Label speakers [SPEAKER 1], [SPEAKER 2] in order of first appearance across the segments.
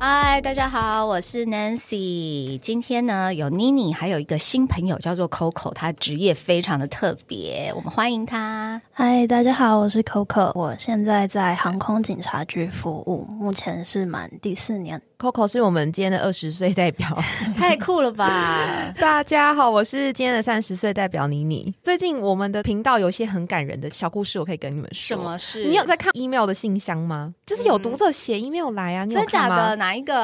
[SPEAKER 1] 嗨，大家好，我是 Nancy。今天呢，有妮妮，还有一个新朋友叫做 Coco，她职业非常的特别，我们欢迎 她。
[SPEAKER 2] 嗨，大家好，我是 Coco，我现在在航空警察局服务，目前是满第四年。
[SPEAKER 3] Coco 是我们今天的二十岁代表。
[SPEAKER 1] 太酷了吧！
[SPEAKER 3] 大家好，我是今天的三十岁代表妮妮。最近我们的频道有一些很感人的小故事，我可以跟你们说。
[SPEAKER 1] 什？么事？
[SPEAKER 3] 你有在看 email 的信箱吗？就是有读者写 email 来啊，你有
[SPEAKER 1] 真假
[SPEAKER 3] 看吗
[SPEAKER 1] 的？哪一个？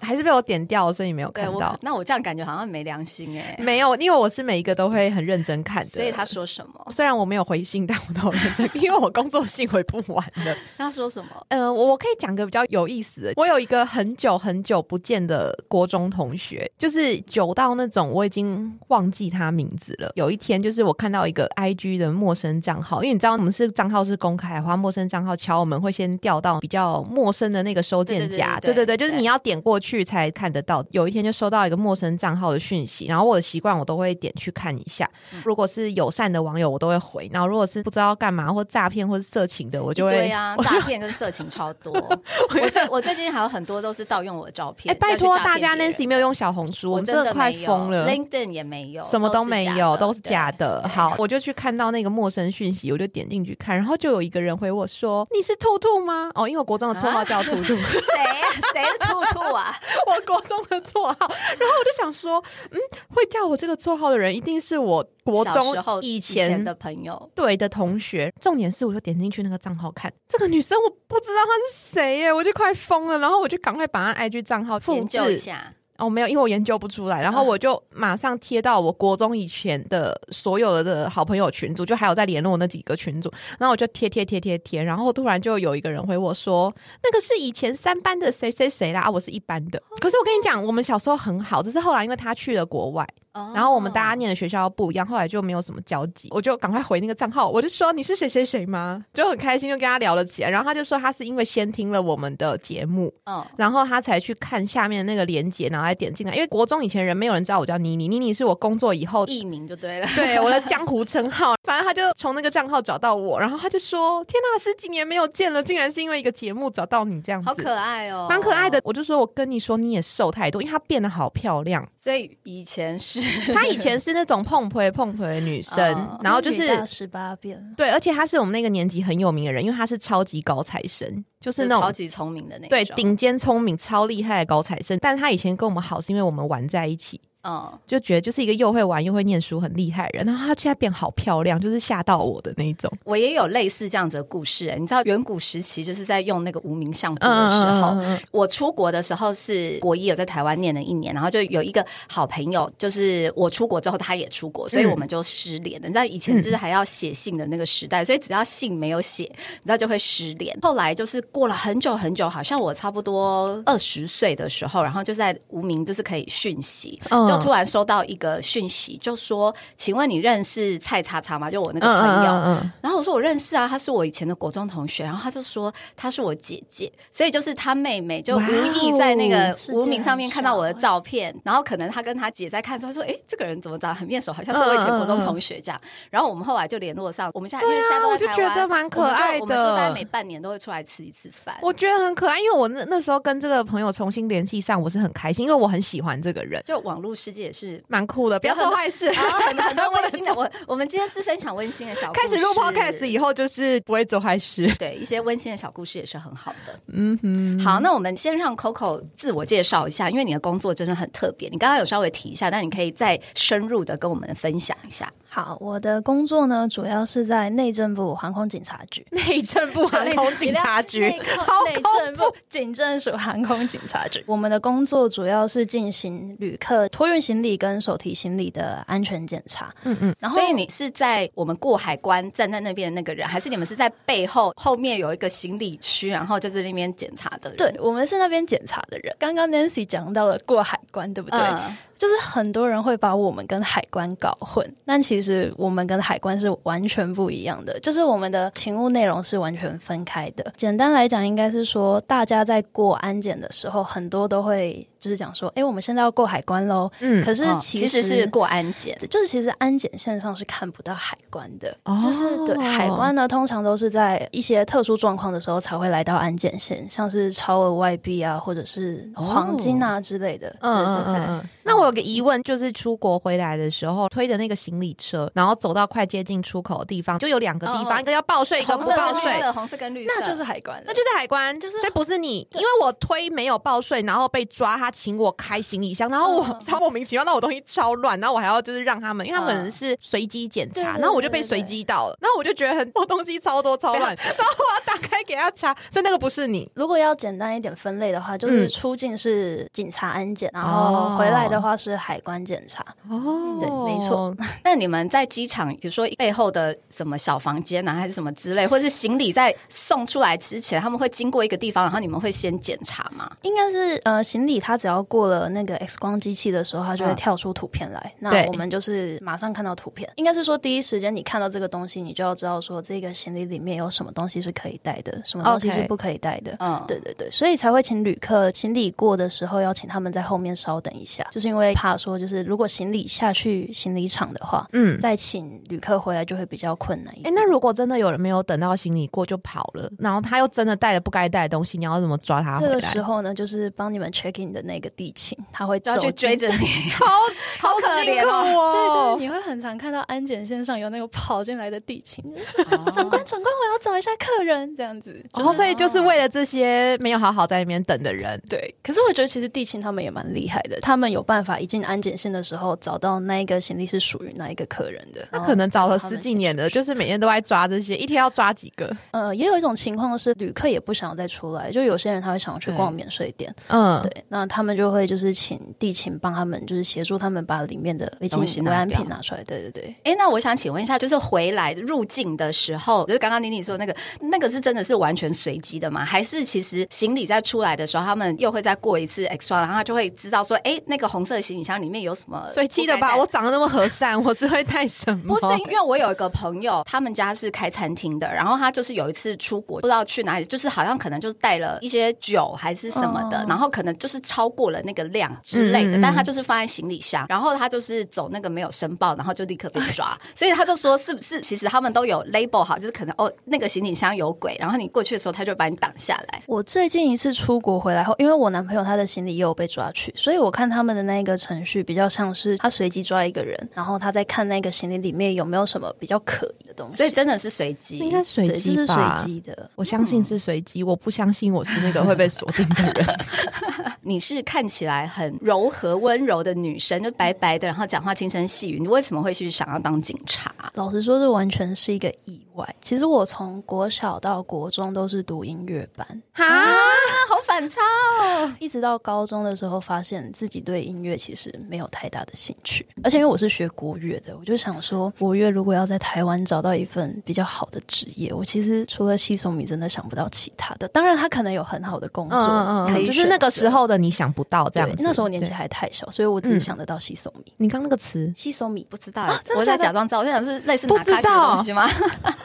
[SPEAKER 3] 还是被我点掉了，所以你没有
[SPEAKER 1] 对
[SPEAKER 3] 看
[SPEAKER 1] 我
[SPEAKER 3] 到，。
[SPEAKER 1] 那我这样感觉好像没良心哎、
[SPEAKER 3] 没有，因为我是每一个都会很认真看的。
[SPEAKER 1] 所以他说什么？
[SPEAKER 3] 虽然我没有回信，但我都有认真， 因为我工作信回不完的。
[SPEAKER 1] 他说什么？
[SPEAKER 3] 呃，我我可以讲个比较有意思的。我有一个很久很久不见的国中同学，就是久到那种我已经忘记他名字了。有一天，就是我看到一个 IG 的陌生账号，因为你知道我们是账号是公开的话，陌生账号敲我们会先调到比较陌生的那个收件夹，
[SPEAKER 1] 对对对
[SPEAKER 3] 对对
[SPEAKER 1] 对
[SPEAKER 3] 对，就是你要点过去才看得到。有一天就收到一个陌生账号的讯息，然后我的习惯我都会点去看一下。
[SPEAKER 1] 嗯
[SPEAKER 3] 如果是友善的网友，我都会回；然后如果是不知道干嘛或诈骗或是色情的，我就会
[SPEAKER 1] 对 呀、
[SPEAKER 3] 我就
[SPEAKER 1] 诈骗跟色情超 多。我最我最近还有很多都是盗用我的照片。
[SPEAKER 3] 哎、拜托大家
[SPEAKER 1] 那是
[SPEAKER 3] ，Nancy 没有用小红书，
[SPEAKER 1] 我
[SPEAKER 3] 我
[SPEAKER 1] 真
[SPEAKER 3] 真的
[SPEAKER 1] 的
[SPEAKER 3] 快
[SPEAKER 1] 没有
[SPEAKER 3] 疯了。
[SPEAKER 1] ，LinkedIn 也没有，
[SPEAKER 3] 什么都没有，都是假
[SPEAKER 1] 的。
[SPEAKER 3] 的。
[SPEAKER 1] 对
[SPEAKER 3] 好，我就去看到那个陌生讯息，我就点进去看，然后就有一个人回我说：“你是兔兔吗？”哦，因为我国中的绰
[SPEAKER 1] 啊
[SPEAKER 3] 号叫兔 兔，
[SPEAKER 1] 对谁啊？ 谁是兔兔啊？
[SPEAKER 3] 我国中的绰号。然后我就想说，嗯，会叫我这个绰号的人，一定是我 国
[SPEAKER 1] 小时候
[SPEAKER 3] 中
[SPEAKER 1] 以
[SPEAKER 3] 前
[SPEAKER 1] 前的朋友，
[SPEAKER 3] 对的同学，重点是我就点进去那个账号看，这个女生我不知道她是谁耶，我就快疯了，然后我就赶快把她 IG 账号复
[SPEAKER 1] 研究一
[SPEAKER 3] 制，
[SPEAKER 1] 下。
[SPEAKER 3] 哦，没有，因为我研究不出来，然后
[SPEAKER 1] 啊
[SPEAKER 3] 我就马上贴到我国中以前的所有的好朋友群组，就还有在联络那几个群组，然后我就贴贴贴贴贴，然后突然就有一个人回我说，那个是以前三班的谁谁谁啦，啊，我是一班的。
[SPEAKER 1] 哦
[SPEAKER 3] 可是我跟你讲，我们小时候很好，只是后来因为他去了国外，
[SPEAKER 1] 哦
[SPEAKER 3] 然后我们大家念的学校不一样，后来就没有什么交集。我就赶快回那个账号，我就说你是谁谁谁吗？就很开心，就跟他聊了起来。然后他就说他是因为先听了我们的节目，
[SPEAKER 1] 嗯，
[SPEAKER 3] 然后他才去看下面那个链接，然后再点进来。因为国中以前人没有人知道我叫妮妮，妮妮是我工作以后。
[SPEAKER 1] 哦艺名就对了。
[SPEAKER 3] 对我的江湖称号，反正他就从那个账号找到我，然后他就说：“天呐，十几年没有见了，竟然是因为一个节目找到你这样子，
[SPEAKER 1] 好可爱哦，
[SPEAKER 3] 蛮可爱的。”。我就说：“我跟你说，你也瘦太多，因为她变得好 漂亮。”
[SPEAKER 1] 所以以前是
[SPEAKER 3] 她以前是那种碰腿碰腿的女生
[SPEAKER 2] 嗯
[SPEAKER 1] 哦，
[SPEAKER 3] 然后就是
[SPEAKER 2] 十八变，
[SPEAKER 3] 对，而且她是我们那个年级很有名的人，因为她是超级高材生，就是那
[SPEAKER 1] 超
[SPEAKER 3] 种
[SPEAKER 1] 级聪明的那
[SPEAKER 3] 对
[SPEAKER 1] 种，
[SPEAKER 3] 顶尖聪明、超厉害的高材生。但她以前跟我们好，是因为我们玩在一起，
[SPEAKER 1] 嗯，
[SPEAKER 3] 就觉得就是一个又会玩又会念书很厉害的人。然后她现在变好漂亮，就是吓到我的那一种。
[SPEAKER 1] 我也有类似这样子的故事、欸你知道，远古时期就是在用那个无名相簿的
[SPEAKER 3] 嗯
[SPEAKER 1] 时候，
[SPEAKER 3] 嗯嗯嗯嗯
[SPEAKER 1] 我出国的时候是国一，有在台湾念了一年，然后就有一个好朋友，就是我出国之后他也出国，所以
[SPEAKER 3] 嗯
[SPEAKER 1] 我们就失联了。你知道以前就是还要写信的那个时代，所以只要信没有写，你知道就会失联。后来就是过了很久很久，好像我差不多
[SPEAKER 3] 嗯
[SPEAKER 1] 二十岁的时候，然后就在无名就是可以讯息，
[SPEAKER 3] 嗯
[SPEAKER 1] 就突然收到一个讯息，就说：“请问你认识蔡叉叉吗？”就我那个
[SPEAKER 3] 嗯
[SPEAKER 1] 朋友，
[SPEAKER 3] 嗯嗯
[SPEAKER 1] 然后我说我认识啊，她是我以前的国中同学，然后她就说她是我姐姐，所以就是她妹妹，就无
[SPEAKER 3] 哇哦
[SPEAKER 1] 意在那个
[SPEAKER 2] 世界
[SPEAKER 1] 无名上面
[SPEAKER 2] 很
[SPEAKER 1] 看到我的
[SPEAKER 2] 小欸
[SPEAKER 1] 照片，
[SPEAKER 3] 啊
[SPEAKER 1] 然后可能她跟她姐在看的时候，她说：“哎，这个人怎么长得很面熟，好像是我以前国中同学这样。”然后我们后来就联络上，我们现在因为现在
[SPEAKER 3] 啊
[SPEAKER 1] 都
[SPEAKER 3] 嗯
[SPEAKER 1] 在
[SPEAKER 3] 我就
[SPEAKER 1] 台湾，
[SPEAKER 3] 觉得蛮可爱的
[SPEAKER 1] 我们就我们就大概每半年都会出来吃一次饭。
[SPEAKER 3] 我觉得很可爱，因为我那那时候跟这个朋友重新联系上，我是很开心，因为我很喜欢这个人，。
[SPEAKER 1] 就网络世界也是
[SPEAKER 3] 蛮酷的，不要做坏 事。
[SPEAKER 1] 然后很很多温馨的，我我们今天是分享温馨的小故
[SPEAKER 3] 开始录
[SPEAKER 1] 事
[SPEAKER 3] podcast 以后，就是不会做坏事。
[SPEAKER 1] 对一些温馨的小故事也是很好的。
[SPEAKER 3] 嗯哼，
[SPEAKER 1] 好，那我们先让 Coco 自我介绍一下，因为你的工作真的很特别。你刚刚有稍微提一下，但你可以再深入的跟我们分享一下。
[SPEAKER 2] 好，我的工作呢，主要是在内政部航空警察局、
[SPEAKER 3] 内政部 航空警察 局，
[SPEAKER 2] 内
[SPEAKER 3] 好
[SPEAKER 2] 内
[SPEAKER 3] 恐
[SPEAKER 2] 政部警政署 航空警察局。我们的工作主要是进行旅客托运行李跟手提行李的安全检查。
[SPEAKER 3] 嗯嗯，
[SPEAKER 2] 然后
[SPEAKER 1] 所以你是在我们过海关站在那边的那个人，还是你们是在背后后面有一个行李区，然后就在那边检查的人？
[SPEAKER 2] 对，我们是那边检查的人。刚刚 Nancy 讲到了过海关，对不对？
[SPEAKER 1] 嗯，
[SPEAKER 2] 就是很多人会把我们跟海关搞混，但其实我们跟海关是完全不一样的，就是我们的勤务内容是完全分开的。简单来讲，应该是说大家在过安检的时候，很多都会就是讲说，哎，我们现在要过海关喽。
[SPEAKER 3] 嗯
[SPEAKER 2] 可是
[SPEAKER 1] 哦
[SPEAKER 2] 其
[SPEAKER 1] 其实是过安检，
[SPEAKER 2] 就是其实安检线上是看不到海关的，
[SPEAKER 3] 哦
[SPEAKER 2] 就是对海关呢，通常都是在一些特殊状况的时候才会来到安检线，像是超额外币啊，或者是黄金啊之类的。
[SPEAKER 3] 嗯
[SPEAKER 2] 对对对。
[SPEAKER 3] 嗯嗯。那我有个疑问，就是出国回来的时候推的那个行李车，然后走到快接近出口的地方，就有两个地
[SPEAKER 1] 哦
[SPEAKER 3] 方，一个要报税，一个
[SPEAKER 1] 红
[SPEAKER 3] 不
[SPEAKER 1] 色
[SPEAKER 3] 报
[SPEAKER 1] 跟绿
[SPEAKER 3] 税。
[SPEAKER 1] 色，红色跟绿色，
[SPEAKER 2] 那就是海关了，
[SPEAKER 3] 那就在海关，就是所以不是你，因为我推没有报税，然后被抓，他请我开行李箱，然后我
[SPEAKER 2] 嗯
[SPEAKER 3] 超莫名其妙，那我东西超乱，然后我还要就是让他们，因为他们可能是随机检
[SPEAKER 2] 对
[SPEAKER 3] 查，
[SPEAKER 2] 对
[SPEAKER 3] 然后我就被
[SPEAKER 2] 对对
[SPEAKER 3] 随机到了，然后我就觉得很多东西超多超乱， 然后我要打开给他查，所以那个不是你，
[SPEAKER 2] 如果要简单一点分类的话，就
[SPEAKER 3] 嗯
[SPEAKER 2] 是出境是警察安检，然后回来的话是海关检查。
[SPEAKER 3] 哦
[SPEAKER 2] 对没错，
[SPEAKER 1] 那你们在机场，比如说背后的什么小房间啊，还是什么之类，或是行李在送出来之前，他们会经过一个地方，然后你们会先检查吗？
[SPEAKER 2] 应该是呃，行李它只要过了那个 X 光机器的时候，它就会
[SPEAKER 1] 嗯
[SPEAKER 2] 跳出图片来。
[SPEAKER 3] 对
[SPEAKER 2] 那我们就是马上看到图片，应该是说第一时间你看到这个东西，你就要知道说这个行李里面有什么东西是可以带的，什么东西
[SPEAKER 3] OK
[SPEAKER 2] 是不可以带的。
[SPEAKER 1] 嗯，
[SPEAKER 2] 对对对，所以才会请旅客行李过的时候，要请他们在后面稍等一下，就是因为怕说，就是如果行李下去行李场的话，
[SPEAKER 3] 嗯。
[SPEAKER 2] 再请旅客回来就会比较困难一
[SPEAKER 3] 哎、
[SPEAKER 2] 点。
[SPEAKER 3] 那如果真的有人没有等到行李过就跑了，然后他又真的带了不该带的东西，你要怎么抓他回
[SPEAKER 2] 这
[SPEAKER 3] 来？
[SPEAKER 2] 个时候呢，就是帮你们 check in 的那个地勤，他会
[SPEAKER 1] 就要
[SPEAKER 2] 走
[SPEAKER 1] 去
[SPEAKER 2] 进
[SPEAKER 1] 追着 你，
[SPEAKER 3] 好好
[SPEAKER 1] 可
[SPEAKER 3] 辛
[SPEAKER 1] 怜
[SPEAKER 3] 苦
[SPEAKER 1] 哦
[SPEAKER 2] 所以就是
[SPEAKER 3] 哦！
[SPEAKER 2] 你会很常看到安检线上有那个跑进来的地 勤，
[SPEAKER 1] 长
[SPEAKER 2] 长官，长官，我要找一下客人，这样子。哦
[SPEAKER 3] 然哦后，所以就是为了这些没有好好在那边等的人，
[SPEAKER 2] 对，可是我觉得其实地勤他们也蛮厉害的，他们有办法一进安检线的时候找到那一个行李是属于哪一个客人的。
[SPEAKER 3] 他可能找了
[SPEAKER 2] 他
[SPEAKER 3] 十
[SPEAKER 2] 们
[SPEAKER 3] 几
[SPEAKER 2] 先
[SPEAKER 3] 年的，就是每天都在抓这些，一天要抓几个？
[SPEAKER 2] 呃，也有一种情况是旅客也不想要再出来，就有些人他会想要去逛免税店，
[SPEAKER 3] 嗯，
[SPEAKER 2] 对，那他们就会就是请地勤帮他们，就是协助他们把里面的违
[SPEAKER 1] 东西
[SPEAKER 2] 禁
[SPEAKER 1] 拿
[SPEAKER 2] 违安
[SPEAKER 1] 掉
[SPEAKER 2] 品拿出来。对对对，
[SPEAKER 1] 哎，那我想请问一下，就是回来入境的时候，就是刚刚妮妮说那个，那个是真的是完全随机的吗？还是其实行李在出来的时候，他们又会再过一次 extra，然后他就会知道说，哎，那个红色的行李箱里面有什么
[SPEAKER 3] 随机的
[SPEAKER 1] 不该带
[SPEAKER 3] 吧？我长得那么和善， 我是会带什么？
[SPEAKER 1] 不是，因为我有一个朋友，他们家是开餐厅的，然后他就是有一次出国，不知道去哪里，就是好像可能就是带了一些酒还是什么的，
[SPEAKER 2] 哦
[SPEAKER 1] 然后可能就是超过了那个量之类的，
[SPEAKER 3] 嗯嗯嗯
[SPEAKER 1] 但他就是放在行李箱，然后他就是走那个没有申报，然后就立刻被抓， 所以他就说是不是其实他们都有 label 好，就是可能哦那个行李箱有鬼，然后你过去的时候他就把你挡下来。
[SPEAKER 2] 我最近一次出国回来后，因为我男朋友他的行李也有被抓去，所以我看他们的那个程序比较像是他随机抓一个人，然后他再看那个行李里面有没有什么比较可疑的东西，
[SPEAKER 1] 所以真的是随机，
[SPEAKER 3] 这应该随
[SPEAKER 2] 对，
[SPEAKER 3] 机
[SPEAKER 2] 这是
[SPEAKER 3] 吧？
[SPEAKER 2] 随。机的。
[SPEAKER 3] 我相信是随机，我不相信我是那个会被锁定的人。
[SPEAKER 1] 你是看起来很柔和温柔的女生，就白白的，然后讲话轻声细语，你为什么会去想要当警察？
[SPEAKER 2] 老实说，这完全是一个意外。其实我从国小到国中都是读音乐班，
[SPEAKER 3] 哈，
[SPEAKER 1] 好反差哦！
[SPEAKER 2] 一直到高中的时候，发现自己对音乐其实没有太大的兴趣，而且因为我是学国乐的，我就想说，国乐如果要在台湾找到一份比较好的职业，我其实除了西索米，真的想不到其他的。当然，他可能有很好的
[SPEAKER 3] 嗯
[SPEAKER 2] 工作，可以
[SPEAKER 3] 就是那个时
[SPEAKER 2] 选择。
[SPEAKER 3] 候的你想不到这样
[SPEAKER 2] 对
[SPEAKER 3] 子。，
[SPEAKER 2] 那时候我年纪
[SPEAKER 3] 对，
[SPEAKER 2] 还太小，所以我只
[SPEAKER 3] 嗯
[SPEAKER 2] 是想得到西索米。
[SPEAKER 3] 你刚那个词
[SPEAKER 2] 西索米，
[SPEAKER 1] 不知道，欸
[SPEAKER 2] 真的
[SPEAKER 1] 我在
[SPEAKER 2] 假的
[SPEAKER 1] 假装知道，我在想是类似
[SPEAKER 3] 不
[SPEAKER 1] 拿
[SPEAKER 3] 知
[SPEAKER 1] 卡西的
[SPEAKER 3] 道
[SPEAKER 1] 东西吗？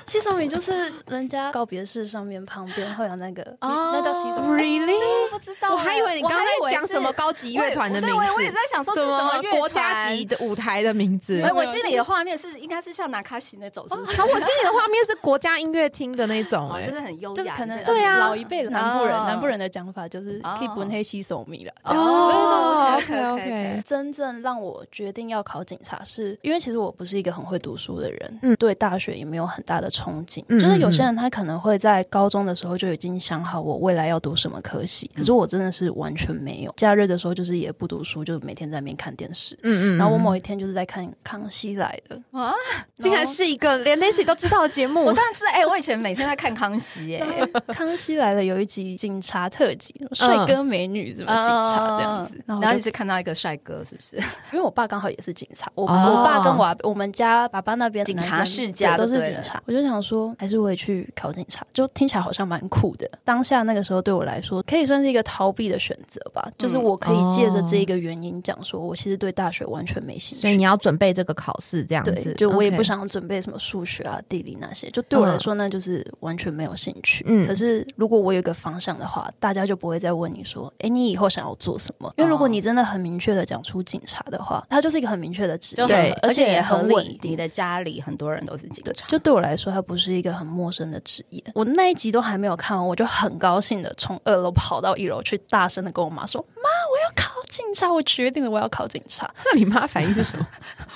[SPEAKER 2] 西索米就是人家告别式上面旁边会有那个，那叫西索米。
[SPEAKER 3] ，really？
[SPEAKER 1] 不知道
[SPEAKER 3] 欸我还以为你刚才讲什么高级乐团的名字，
[SPEAKER 1] 我以为是对我也在想说是
[SPEAKER 3] 什
[SPEAKER 1] 什么乐团
[SPEAKER 3] 国家级的舞台的名字。
[SPEAKER 1] 哎，我心里的画面是应该是像拿卡西那种，是不是？
[SPEAKER 3] 可我心里的画面是国家音乐厅的那种、
[SPEAKER 1] 哦
[SPEAKER 3] 哎、
[SPEAKER 1] 就是很优雅，
[SPEAKER 2] 就是可能
[SPEAKER 3] 对啊
[SPEAKER 2] 老一辈的南部人，
[SPEAKER 1] 哦
[SPEAKER 2] 南部人的讲法就是
[SPEAKER 1] 哦
[SPEAKER 2] 可以本黑西索米了。这样子
[SPEAKER 1] 对对对对对对
[SPEAKER 3] 哦
[SPEAKER 1] 对
[SPEAKER 2] 真正让我决定要考警察是，因为其实我不是一个很会读书的人，
[SPEAKER 3] 嗯
[SPEAKER 2] 对大学也没有很大的憧憬。
[SPEAKER 3] 嗯
[SPEAKER 2] 就是有些人他可能会在高中的时候就已经想好我未来要读什么科系，
[SPEAKER 3] 嗯
[SPEAKER 2] 可是我真的是完全没有。假日的时候就是也不读书，就每天在那边看电视。
[SPEAKER 3] 嗯嗯
[SPEAKER 2] 然后我某一天就是在看《康熙来 了》
[SPEAKER 1] 啊，
[SPEAKER 3] 竟然是一个连 Nancy 都知道的节目
[SPEAKER 1] 我，当然是哎，我以前每天在看康熙，哎，
[SPEAKER 2] 然后《康熙来了》有一集警察特辑，
[SPEAKER 3] 嗯
[SPEAKER 2] 帅哥美女怎么警察这样
[SPEAKER 3] 啊
[SPEAKER 2] 子
[SPEAKER 1] 嗯，然
[SPEAKER 2] 然后
[SPEAKER 1] 后
[SPEAKER 2] 我
[SPEAKER 1] 你
[SPEAKER 2] 就是
[SPEAKER 1] 看到一个帅哥，是不是？
[SPEAKER 2] 因为我爸刚好也是警察，我、
[SPEAKER 3] 哦
[SPEAKER 2] 我爸跟我阿我们家爸爸那边
[SPEAKER 1] 警察
[SPEAKER 2] 男生
[SPEAKER 1] 世家
[SPEAKER 2] 对都
[SPEAKER 1] 就是对
[SPEAKER 2] 警
[SPEAKER 1] 了
[SPEAKER 2] 察，我就想说，还是我也去考警察，就听起来好像蛮酷的。当下那个时候对我来说，可以算是一个逃避的选择吧，
[SPEAKER 1] 嗯
[SPEAKER 2] 就是我可以借着
[SPEAKER 1] 哦
[SPEAKER 2] 这一个原因讲说，我其实对大学完全没兴 趣。
[SPEAKER 3] 所以你要准备这个考试这样子
[SPEAKER 2] 对，，就我也不
[SPEAKER 3] OK
[SPEAKER 2] 想准备什么数学啊、地理那些，就对我
[SPEAKER 1] 嗯
[SPEAKER 2] 来说那就是完全没有兴趣。
[SPEAKER 3] 嗯
[SPEAKER 2] 可是如果我有一个方向的话，大家就不会再问你说，哎，你以后想要做什么？因为如
[SPEAKER 1] 哦
[SPEAKER 2] 果你真的很明确的讲出警察的话，它就是一个很明确的职
[SPEAKER 1] 就
[SPEAKER 2] 业，
[SPEAKER 1] 很
[SPEAKER 3] 对
[SPEAKER 1] 而且也
[SPEAKER 2] 很
[SPEAKER 1] 很
[SPEAKER 2] 稳
[SPEAKER 1] 理。
[SPEAKER 2] 定
[SPEAKER 1] 你。的家里很多人都是警察，
[SPEAKER 2] 就对我来说，它不是一个很陌生的职业。我那一集都还没有看完，我就很高兴的从二楼跑到一楼去，大声的跟我妈说：“妈，我要考警察！我决定了，我要考警察。
[SPEAKER 3] 那你妈反应是什 么？”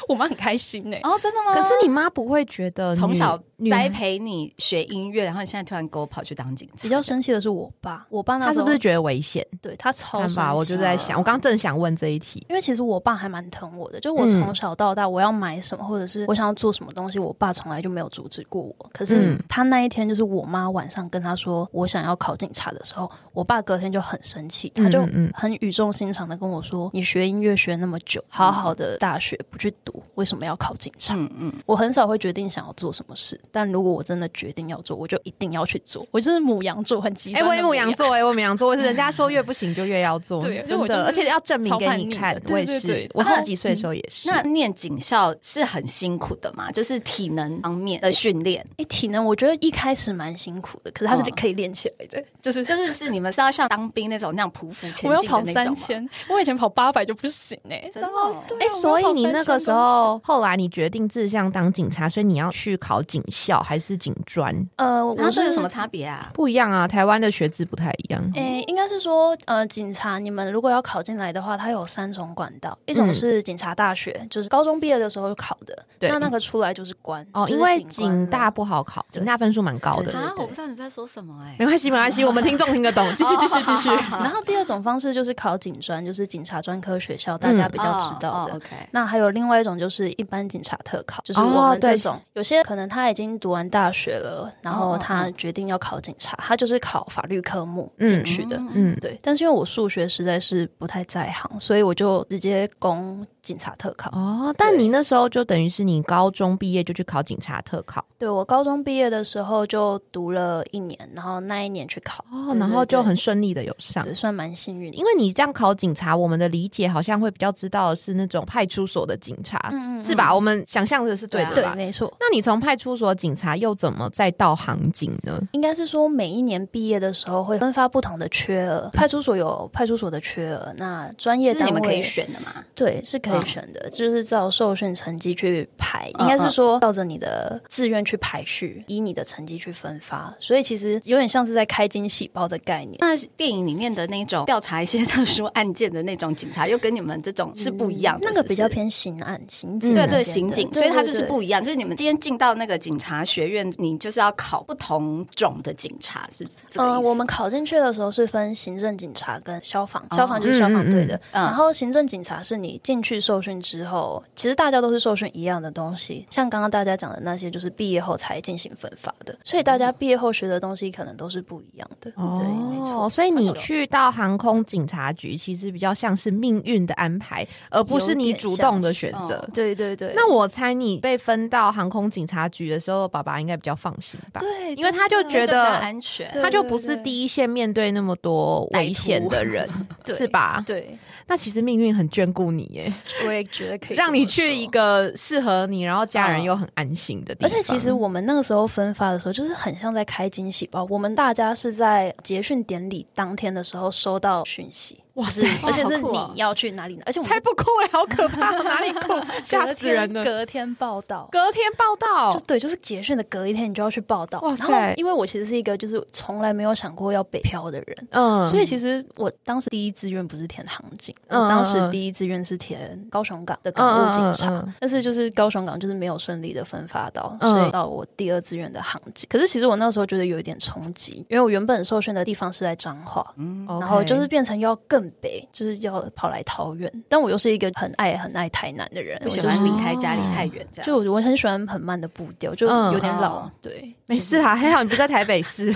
[SPEAKER 2] 我妈很开心呢、
[SPEAKER 1] 哦，真的吗？
[SPEAKER 3] 可是你妈不会觉得
[SPEAKER 1] 从
[SPEAKER 3] 女
[SPEAKER 1] 小
[SPEAKER 3] 女
[SPEAKER 1] 栽培你学音乐，然后你现在突然给我跑去当警察，
[SPEAKER 2] 比较生气的是我爸，我爸那
[SPEAKER 3] 她
[SPEAKER 2] 时
[SPEAKER 3] 是
[SPEAKER 2] 候
[SPEAKER 3] 不是觉得危险？
[SPEAKER 2] 对他超
[SPEAKER 3] 看
[SPEAKER 2] 生
[SPEAKER 3] 吧，我
[SPEAKER 2] 气
[SPEAKER 3] 就在想，我刚正想问这一题。
[SPEAKER 2] 因为其实我爸还蛮疼我的，就我
[SPEAKER 3] 嗯
[SPEAKER 2] 从小到大，我要买什么、或者是我想要做什么东西，我爸从来就没有阻止过我。可是
[SPEAKER 3] 嗯
[SPEAKER 2] 他那一天，就是我妈晚上跟他说我想要考警察的时候，我爸隔天就很生气，他就
[SPEAKER 3] 嗯嗯
[SPEAKER 2] 很语重心长的跟我说：“你学音乐学那么久，
[SPEAKER 3] 嗯
[SPEAKER 2] 好好的大学不去读，为什么要考警察？”
[SPEAKER 1] 嗯嗯，
[SPEAKER 2] 我很少会决定想要做什么事，但如果我真的决定要做，我就一定要去做。我就是母羊座，很极
[SPEAKER 3] 哎、
[SPEAKER 2] 端的
[SPEAKER 3] 我也母
[SPEAKER 2] 羊
[SPEAKER 3] 羊座，哎，我母羊座，我是人家说越不行就越要做，
[SPEAKER 2] 对所以
[SPEAKER 3] 真
[SPEAKER 2] 我就是
[SPEAKER 3] 的，而且要证明
[SPEAKER 2] 超
[SPEAKER 3] 给
[SPEAKER 2] 叛逆
[SPEAKER 3] 你
[SPEAKER 2] 的
[SPEAKER 3] 看。
[SPEAKER 2] 对
[SPEAKER 3] 我也
[SPEAKER 2] 对
[SPEAKER 3] 是
[SPEAKER 2] 对，
[SPEAKER 3] 我
[SPEAKER 2] 然
[SPEAKER 3] 十
[SPEAKER 2] 后
[SPEAKER 3] 几岁的时候也是。
[SPEAKER 1] 那念警校是很辛苦的嘛，就是体能方面的训练，
[SPEAKER 2] 哎、体能我觉得一开始蛮辛苦的，可是它是
[SPEAKER 1] 嗯
[SPEAKER 2] 可以练起来的，就是
[SPEAKER 1] 就是是你们是要像当兵那种那样匍匐前
[SPEAKER 2] 我要
[SPEAKER 1] 进的
[SPEAKER 2] 跑
[SPEAKER 1] 那
[SPEAKER 2] 三
[SPEAKER 1] 种吗。
[SPEAKER 2] 千，我以前跑八百就不行哎、
[SPEAKER 1] 真的哦
[SPEAKER 2] 对
[SPEAKER 3] 哎、
[SPEAKER 2] 我
[SPEAKER 3] 所以
[SPEAKER 2] 跑
[SPEAKER 3] 你那
[SPEAKER 2] 3000
[SPEAKER 3] 个
[SPEAKER 2] 都
[SPEAKER 3] 时候，后来你决定志向当警察，所以你要去考警校还是警专？
[SPEAKER 2] 呃，
[SPEAKER 1] 然
[SPEAKER 2] 我
[SPEAKER 1] 后这
[SPEAKER 2] 是
[SPEAKER 1] 有什么？差别啊？
[SPEAKER 3] 不一样啊，台湾的学制不太一样。
[SPEAKER 2] 哎、应该是说，呃，警察你们如果要考进来的话，它有三种管道，一种
[SPEAKER 3] 嗯
[SPEAKER 2] 是警察大学，就是高中毕业的时候考的，
[SPEAKER 3] 对嗯
[SPEAKER 2] 那那个出来就是官
[SPEAKER 3] 哦，
[SPEAKER 2] 就是
[SPEAKER 3] 因为
[SPEAKER 2] 警官
[SPEAKER 3] 警大不好考，警大分数蛮高
[SPEAKER 2] 对
[SPEAKER 3] 的。
[SPEAKER 1] 啊，我不知道你在说什么哎、
[SPEAKER 3] 没关系，没关系，我们听众听得懂。继续，继续， 继续。
[SPEAKER 2] 了。然后第二种方式就是考警专，就是警察专科学校，大家比较知道的。
[SPEAKER 1] 哦哦 OK，
[SPEAKER 2] 那还有另外一种就是一般警察特考，就是
[SPEAKER 3] 哦
[SPEAKER 2] 我们这
[SPEAKER 3] 对
[SPEAKER 2] 种、有些可能他已经读完大学了，然
[SPEAKER 1] 哦
[SPEAKER 2] 后
[SPEAKER 1] 哦
[SPEAKER 2] 他
[SPEAKER 1] 哦
[SPEAKER 2] 决定要考警察，他就是考法律科目
[SPEAKER 3] 嗯
[SPEAKER 2] 进去的。
[SPEAKER 3] 嗯，
[SPEAKER 2] 对，但是因为我数学实在是不太在行，所以我就直接攻警察特考。
[SPEAKER 3] 哦，但你那时候就等于是你高中毕业就去考警察特考
[SPEAKER 2] 对我高中毕业的时候就读了一年，然后那一年去考，
[SPEAKER 3] 哦
[SPEAKER 2] 对，
[SPEAKER 3] 然后
[SPEAKER 2] 对
[SPEAKER 3] 就
[SPEAKER 2] 对
[SPEAKER 3] 很顺利的有
[SPEAKER 1] 啊
[SPEAKER 3] 上
[SPEAKER 2] 对，。算蛮幸运的。
[SPEAKER 3] 因为你这样考警察，我们的理解好像会比较知道的是那种派出所的警察，
[SPEAKER 2] 嗯嗯嗯
[SPEAKER 3] 是吧？我们想象的是对的
[SPEAKER 2] 对，
[SPEAKER 3] 吧？
[SPEAKER 2] 没错。
[SPEAKER 3] 那你从派出所警察又怎么再到行警呢？
[SPEAKER 2] 应该是说每一年毕业的时候会分发不同的缺额，派出所有派出所的缺额，那专业
[SPEAKER 1] 这是
[SPEAKER 2] 单
[SPEAKER 1] 你
[SPEAKER 2] 位
[SPEAKER 1] 们可以选的嘛？
[SPEAKER 2] 对，是可以
[SPEAKER 1] 嗯
[SPEAKER 2] 选的，就是照受训成绩去排，
[SPEAKER 1] 嗯
[SPEAKER 2] 应该是说照着你的志愿去排序，以你的成绩去分发，所以其实有点像是在开惊喜包的概念。
[SPEAKER 1] 那电影里面的那种调查一些 特殊案件的那种警察，又跟你们这种是不一样的，
[SPEAKER 2] 嗯那个
[SPEAKER 1] 是不
[SPEAKER 2] 比
[SPEAKER 1] 是
[SPEAKER 2] 较。偏刑案、嗯刑警
[SPEAKER 1] 对
[SPEAKER 2] 那边的，
[SPEAKER 1] 对，刑警，所以他就是
[SPEAKER 2] 对
[SPEAKER 1] 不一样。就是你们今天进到那个警察学院，你就是要考不同种的警察，是这个意
[SPEAKER 2] 嗯、
[SPEAKER 1] 思。
[SPEAKER 2] 我们考进去的时候是分行政警察跟消防，
[SPEAKER 1] 哦
[SPEAKER 2] 消防就是消防队的，
[SPEAKER 1] 嗯嗯嗯
[SPEAKER 2] 然后行政警察是你进去受训之后，其实大家都是受训一样的东西，像刚刚大家讲的那些，就是毕业后才进行分发的，所以大
[SPEAKER 3] 嗯
[SPEAKER 2] 家毕业后学的东西可能都是不一样的。
[SPEAKER 3] 哦
[SPEAKER 2] 对，没 错。
[SPEAKER 3] 所以你去到航空警察局，其实比较像是命运的安排，而不是你主动的选
[SPEAKER 1] 有
[SPEAKER 3] 择
[SPEAKER 1] 点像。
[SPEAKER 2] 对对对，
[SPEAKER 3] 那我猜你被分到航空警察局的时候，爸爸应该比较放心吧？
[SPEAKER 2] 对，
[SPEAKER 3] 因为他就
[SPEAKER 1] 那
[SPEAKER 3] 觉
[SPEAKER 1] 比较
[SPEAKER 3] 得
[SPEAKER 1] 安全，
[SPEAKER 2] 对
[SPEAKER 3] 他就不是第一线面对那么多危险的人，
[SPEAKER 2] 对
[SPEAKER 3] 是吧？
[SPEAKER 2] 对，
[SPEAKER 3] 那其实命运很眷顾你耶，
[SPEAKER 2] 我也觉得可以
[SPEAKER 3] 让你
[SPEAKER 2] 这么说
[SPEAKER 3] 去一。个适合你，然后家人
[SPEAKER 1] 嗯
[SPEAKER 3] 又很安心的地
[SPEAKER 2] 而
[SPEAKER 3] 方。
[SPEAKER 2] 且其实我们那个时候分发的时候，就是很像在开惊喜包。我们大家是在结训典礼当天的时候收到讯息，
[SPEAKER 3] 哇塞
[SPEAKER 2] 就是，
[SPEAKER 1] 哇
[SPEAKER 2] 而且是
[SPEAKER 1] 好酷哦
[SPEAKER 2] 你要去哪里拿，而且我们
[SPEAKER 3] 才
[SPEAKER 2] 是
[SPEAKER 3] 不酷嘞，好可怕，哪里 酷？吓
[SPEAKER 2] 隔
[SPEAKER 3] 死
[SPEAKER 2] 天
[SPEAKER 3] 人了！
[SPEAKER 2] 隔天报道。
[SPEAKER 3] 隔天报道
[SPEAKER 2] 就，对，就是结训的隔一天，你就要去报道。
[SPEAKER 3] 哇
[SPEAKER 2] 然
[SPEAKER 3] 塞
[SPEAKER 2] 后，因为我其实是一个就是从来没有想过要北漂的人，
[SPEAKER 3] 嗯
[SPEAKER 2] 所以其实我当时第一志愿不是填航警，
[SPEAKER 3] 嗯
[SPEAKER 2] 我当时
[SPEAKER 3] 嗯嗯
[SPEAKER 2] 第一志愿是填高雄港的港务警
[SPEAKER 3] 嗯
[SPEAKER 2] 察，
[SPEAKER 3] 嗯嗯嗯
[SPEAKER 2] 但是就是高雄港就是没有顺利的分发到，
[SPEAKER 3] 嗯
[SPEAKER 2] 所以到我第二志愿的航警。可是其实我
[SPEAKER 3] 嗯
[SPEAKER 2] 那时候觉得有一点冲击，因为我原本受训的地方是在彰化，然后就是变成要更更北，就是要跑来桃园。但我又是一个很爱很爱台南的人，
[SPEAKER 1] 不喜
[SPEAKER 2] 我就
[SPEAKER 1] 欢
[SPEAKER 2] 是
[SPEAKER 1] 离开家里太远，这样
[SPEAKER 2] 就我很喜欢很慢的步调，就
[SPEAKER 3] 嗯
[SPEAKER 2] 有点老。
[SPEAKER 1] 哦
[SPEAKER 2] 对，
[SPEAKER 3] 没事啦，还好你不在台北 市。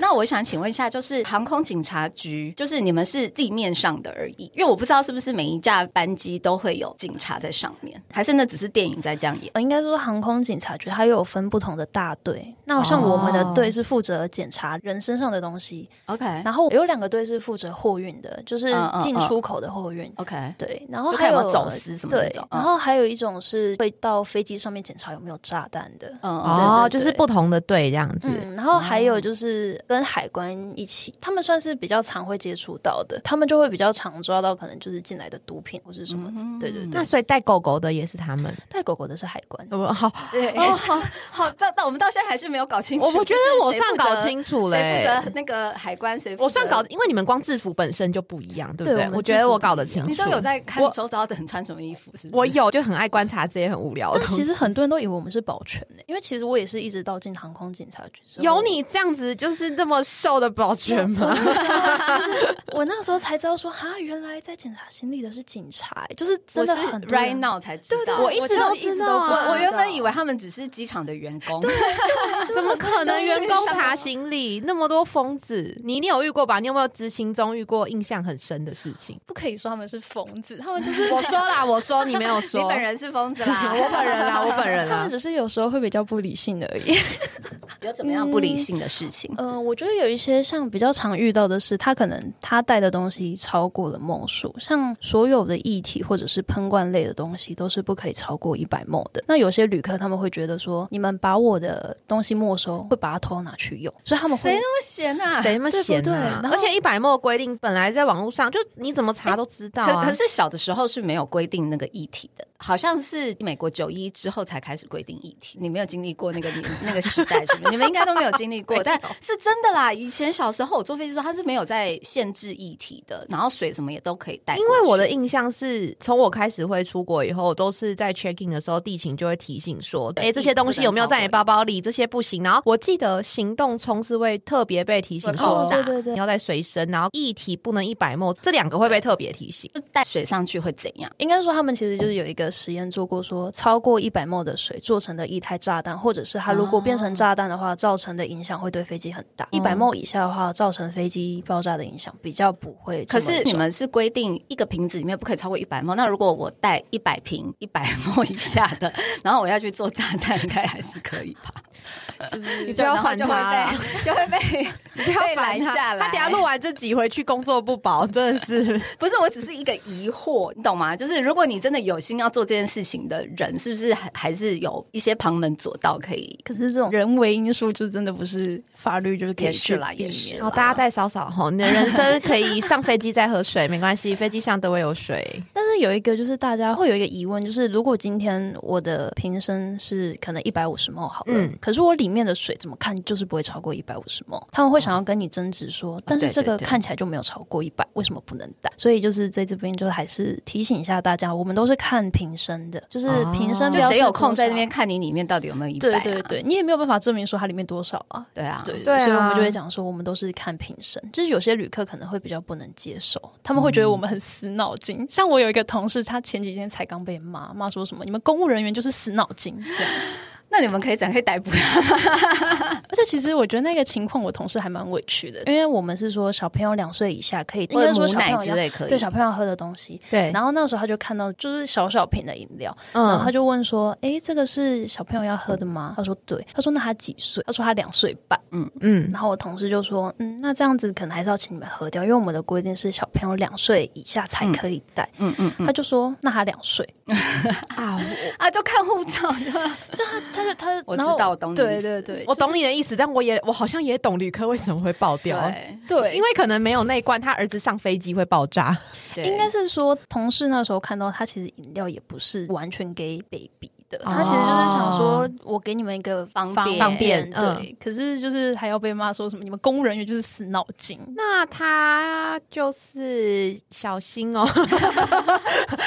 [SPEAKER 1] 那我想请问一下，就是航空警察局，就是你们是地面上的而已，因为我不知道是不是每一架班机都会有警察在上面，还是那只是电影在这样演？
[SPEAKER 2] 呃应该说航空警察局它又有分不同的大队。那像我们的
[SPEAKER 1] 哦
[SPEAKER 2] 队是负责检查人身上的东西，
[SPEAKER 1] OK
[SPEAKER 2] 然后有两个队是负责货运的，就是
[SPEAKER 1] 嗯嗯
[SPEAKER 2] 进
[SPEAKER 1] 嗯
[SPEAKER 2] 出口的货运。
[SPEAKER 1] OK，
[SPEAKER 2] 对，然后
[SPEAKER 1] 就
[SPEAKER 2] 还
[SPEAKER 1] 看有
[SPEAKER 2] 有
[SPEAKER 1] 没有走私什么嗯这
[SPEAKER 2] 对
[SPEAKER 1] 种，
[SPEAKER 2] 然后还有一种是会到飞机上面检查有没有炸弹的。
[SPEAKER 1] 嗯
[SPEAKER 3] 哦，
[SPEAKER 2] 对对
[SPEAKER 3] 就是不同的队这样子。
[SPEAKER 2] 嗯，然后还有就是跟海关一起，他们算是比较常会接触到的，他们就会比较常抓到可能就是进来的毒品或是什么之，对对对
[SPEAKER 3] 那。所以带狗狗的也是他们。
[SPEAKER 2] 带狗狗的是海关，
[SPEAKER 3] 哦，好，
[SPEAKER 2] 对，
[SPEAKER 1] 哦，好好，到到我们到现在还是没有搞清楚。
[SPEAKER 3] 我我觉得我算搞
[SPEAKER 1] 楚
[SPEAKER 3] 清楚了、
[SPEAKER 1] 谁
[SPEAKER 3] 欸
[SPEAKER 1] 负责那个海关，谁负责
[SPEAKER 3] 我算搞，。因为你们光制服本身就不一样，对不
[SPEAKER 2] 对
[SPEAKER 3] 对？
[SPEAKER 2] 我们
[SPEAKER 3] 我觉得我搞得
[SPEAKER 2] 制服
[SPEAKER 3] 清楚。
[SPEAKER 1] 你都有在看
[SPEAKER 3] 我
[SPEAKER 1] 周遭的人穿什么衣服，是不
[SPEAKER 3] 我
[SPEAKER 1] 是？
[SPEAKER 3] 有就很爱观察这些很无聊的
[SPEAKER 2] 但
[SPEAKER 3] 东西。
[SPEAKER 2] 其实很多人都以为我们是保全呢、因为其实我也是一直到进航空警察局之后，
[SPEAKER 3] 有你这样子就是这么瘦的保全吗？
[SPEAKER 2] 我那时候才知道说，哈，原来在检查行李的是警察欸、就是真
[SPEAKER 1] 我是
[SPEAKER 2] 的很多
[SPEAKER 1] right
[SPEAKER 2] 人？
[SPEAKER 1] now 才知道，
[SPEAKER 3] 对我一直都知道啊
[SPEAKER 1] 我我原本以为他们只是机场的员工，
[SPEAKER 3] 怎么可能员工查行李那么多疯子？你一定有遇过吧？你有没有执行中遇过印象很深的事情
[SPEAKER 2] 不可以说他们是疯子，他们 就是
[SPEAKER 3] 我说啦，我说 你没有说，
[SPEAKER 1] 你本人是疯子 啦，
[SPEAKER 3] 我本人
[SPEAKER 1] 啊
[SPEAKER 3] 啦，我本人
[SPEAKER 2] 他
[SPEAKER 3] 啦
[SPEAKER 2] 们。只是有时候会比较不理性而已。
[SPEAKER 1] 有怎么样不理性的事情？
[SPEAKER 2] 呃，我觉得有一些像比较常遇到的是，他可能他带的东西超过了梦数，像所有的液体或者是喷罐类的东西都是不可以超过一百梦的。那有些旅客他们会觉得说，你们把我的东西没收，会把它偷拿去用，所以他们
[SPEAKER 1] 谁
[SPEAKER 2] 会
[SPEAKER 1] 那么闲啊？
[SPEAKER 3] 谁那么闲
[SPEAKER 2] 对不对
[SPEAKER 3] 啊
[SPEAKER 2] 然？后
[SPEAKER 3] 而且一百墨规定本来在网络上就你怎么查都知道
[SPEAKER 1] 可
[SPEAKER 3] 啊
[SPEAKER 1] 可。是小的时候是没有规定那个议题的，好像是美国九一之后才开始规定议题。你没有经历过那个 年那个时代，是不是？你们应该都没有经历 过，但是真的啦。以前小时候我坐飞机的时候，它是没有在限制议题的，然后水什么也都可以带过去。
[SPEAKER 3] 因为我的印象是，从我开始会出国以后，都是在 check in 的时候，地勤就会提醒说，哎、这些东西有没有在你包包里？这些不行。然后我记得行动充是会特别被提醒说，
[SPEAKER 1] 哦对
[SPEAKER 2] 对对
[SPEAKER 3] 你要带随身，然后液体不能一百沫，这两个会被特别提醒。
[SPEAKER 1] 就带水上去会怎样？
[SPEAKER 2] 应该说，他们其实就是有一个实验做过说超过一百 ml 的水做成的液态炸弹，或者是它如果变
[SPEAKER 1] 哦
[SPEAKER 2] 成炸弹的话，造成的影响会对飞机很大。
[SPEAKER 1] 嗯
[SPEAKER 2] 一百 ml 以下的话，造成飞机爆炸的影响比较不会这
[SPEAKER 1] 可
[SPEAKER 2] 么重。
[SPEAKER 1] 是你们是规定一个瓶子里面不可以超过一百沫，那如果我带一百瓶 一百沫以下的， 然后我要去做炸弹，应该还是可以 吧？
[SPEAKER 3] 你不
[SPEAKER 1] 就
[SPEAKER 3] 要
[SPEAKER 1] 然后
[SPEAKER 3] 烦
[SPEAKER 1] 就会
[SPEAKER 3] 他啦
[SPEAKER 1] 被， 就会 被
[SPEAKER 3] 你不要
[SPEAKER 1] 被
[SPEAKER 3] 烦
[SPEAKER 1] 拦下来
[SPEAKER 3] 他等下录完这集回去工作不保，真 的是。
[SPEAKER 1] 不是，我只是一个疑惑，你懂吗？就是如果你真的有心要做这件事情的人，是不是还还是有一些旁门左道可以？
[SPEAKER 2] 可是这种人为因素就真的不是法律就是可以
[SPEAKER 1] 也是
[SPEAKER 2] 去
[SPEAKER 1] 啦
[SPEAKER 2] 避
[SPEAKER 1] 也是
[SPEAKER 2] 免
[SPEAKER 1] 啦
[SPEAKER 3] 哦好，大家带少少吼，你的人生可以上飞机再喝水，没关系，飞机上都会 有水。
[SPEAKER 2] 但是有一个就是大家会有一个疑问，就是如果今天我的瓶身是可能一百五十 ml 好了，
[SPEAKER 3] 嗯
[SPEAKER 2] 可是我里面的水怎么看就是不会超过一百五十 ml，他们会想要跟你争执说，但是
[SPEAKER 1] 对
[SPEAKER 2] 这个
[SPEAKER 1] 哦对对
[SPEAKER 2] 看起来就没有超过一百，为什么不能带？所以就是在这边就还是提醒一下大家，我们都是看瓶身的，就是
[SPEAKER 3] 哦
[SPEAKER 2] 瓶身
[SPEAKER 1] 就
[SPEAKER 2] 标
[SPEAKER 1] 谁
[SPEAKER 2] 示
[SPEAKER 1] 有
[SPEAKER 2] 多
[SPEAKER 1] 空在
[SPEAKER 2] 少
[SPEAKER 1] 那边？看你里面到底有没有一百、啊
[SPEAKER 2] 对对，对，你也没有办法证明说它里面多少啊。
[SPEAKER 1] 对啊，
[SPEAKER 2] 对
[SPEAKER 3] 对啊
[SPEAKER 2] 所以我们就会讲说，我们都是看瓶身，就是有些旅客可能会比较不能接受，他们会觉得我们很死脑筋。像我有一个同事，他前几天才刚被骂，骂说什么你们公务人员就是死脑筋这样。
[SPEAKER 1] 那你们可以展开逮捕他。
[SPEAKER 2] 而且其实我觉得那个情况，我同事还蛮委屈的，因为我们是说小朋友两岁以下可以，应
[SPEAKER 1] 或者
[SPEAKER 2] 该说
[SPEAKER 1] 母
[SPEAKER 2] 小朋
[SPEAKER 1] 奶
[SPEAKER 2] 友
[SPEAKER 1] 之
[SPEAKER 2] 要
[SPEAKER 1] 类可以，
[SPEAKER 2] 对小朋友喝的东西。
[SPEAKER 3] 对
[SPEAKER 2] 然后那时候他就看到就是小小瓶的饮料，然后他
[SPEAKER 3] 嗯，
[SPEAKER 2] 就问说：“诶，这个是小朋友要喝的吗？”他说：“对。”他说：“那他几岁？”他说：“他两岁半。”
[SPEAKER 3] 嗯，
[SPEAKER 2] 然后我同事就说：“嗯，那这样子可能还是要请你们喝掉，因为我们的规定是小朋友两岁以下才可以带。
[SPEAKER 1] 嗯嗯嗯，
[SPEAKER 2] 他就说：“那他两岁，
[SPEAKER 3] 啊，我
[SPEAKER 1] 啊，就看护照的。
[SPEAKER 2] 他他就他，
[SPEAKER 1] 我
[SPEAKER 2] 然后
[SPEAKER 1] 知道我懂你
[SPEAKER 2] 对
[SPEAKER 1] 意思
[SPEAKER 2] 对对，
[SPEAKER 3] 我
[SPEAKER 2] 就是
[SPEAKER 3] 懂你的意思，但我也我好像也懂旅客为什么会爆掉，啊
[SPEAKER 2] 对，
[SPEAKER 3] 因为可能没有那一罐，他儿子上飞机会爆炸。
[SPEAKER 1] 对
[SPEAKER 2] 应该是说同事那时候看到他其实饮料也不是完全给 baby 的，的，他其实就是想说，我给你们一个
[SPEAKER 1] 哦方
[SPEAKER 2] 便，
[SPEAKER 1] 便嗯
[SPEAKER 2] 方
[SPEAKER 3] 方便
[SPEAKER 2] 对。可是就是还要被骂说什么，你们公务人员就是死脑筋。
[SPEAKER 3] 那他就是小心 哦，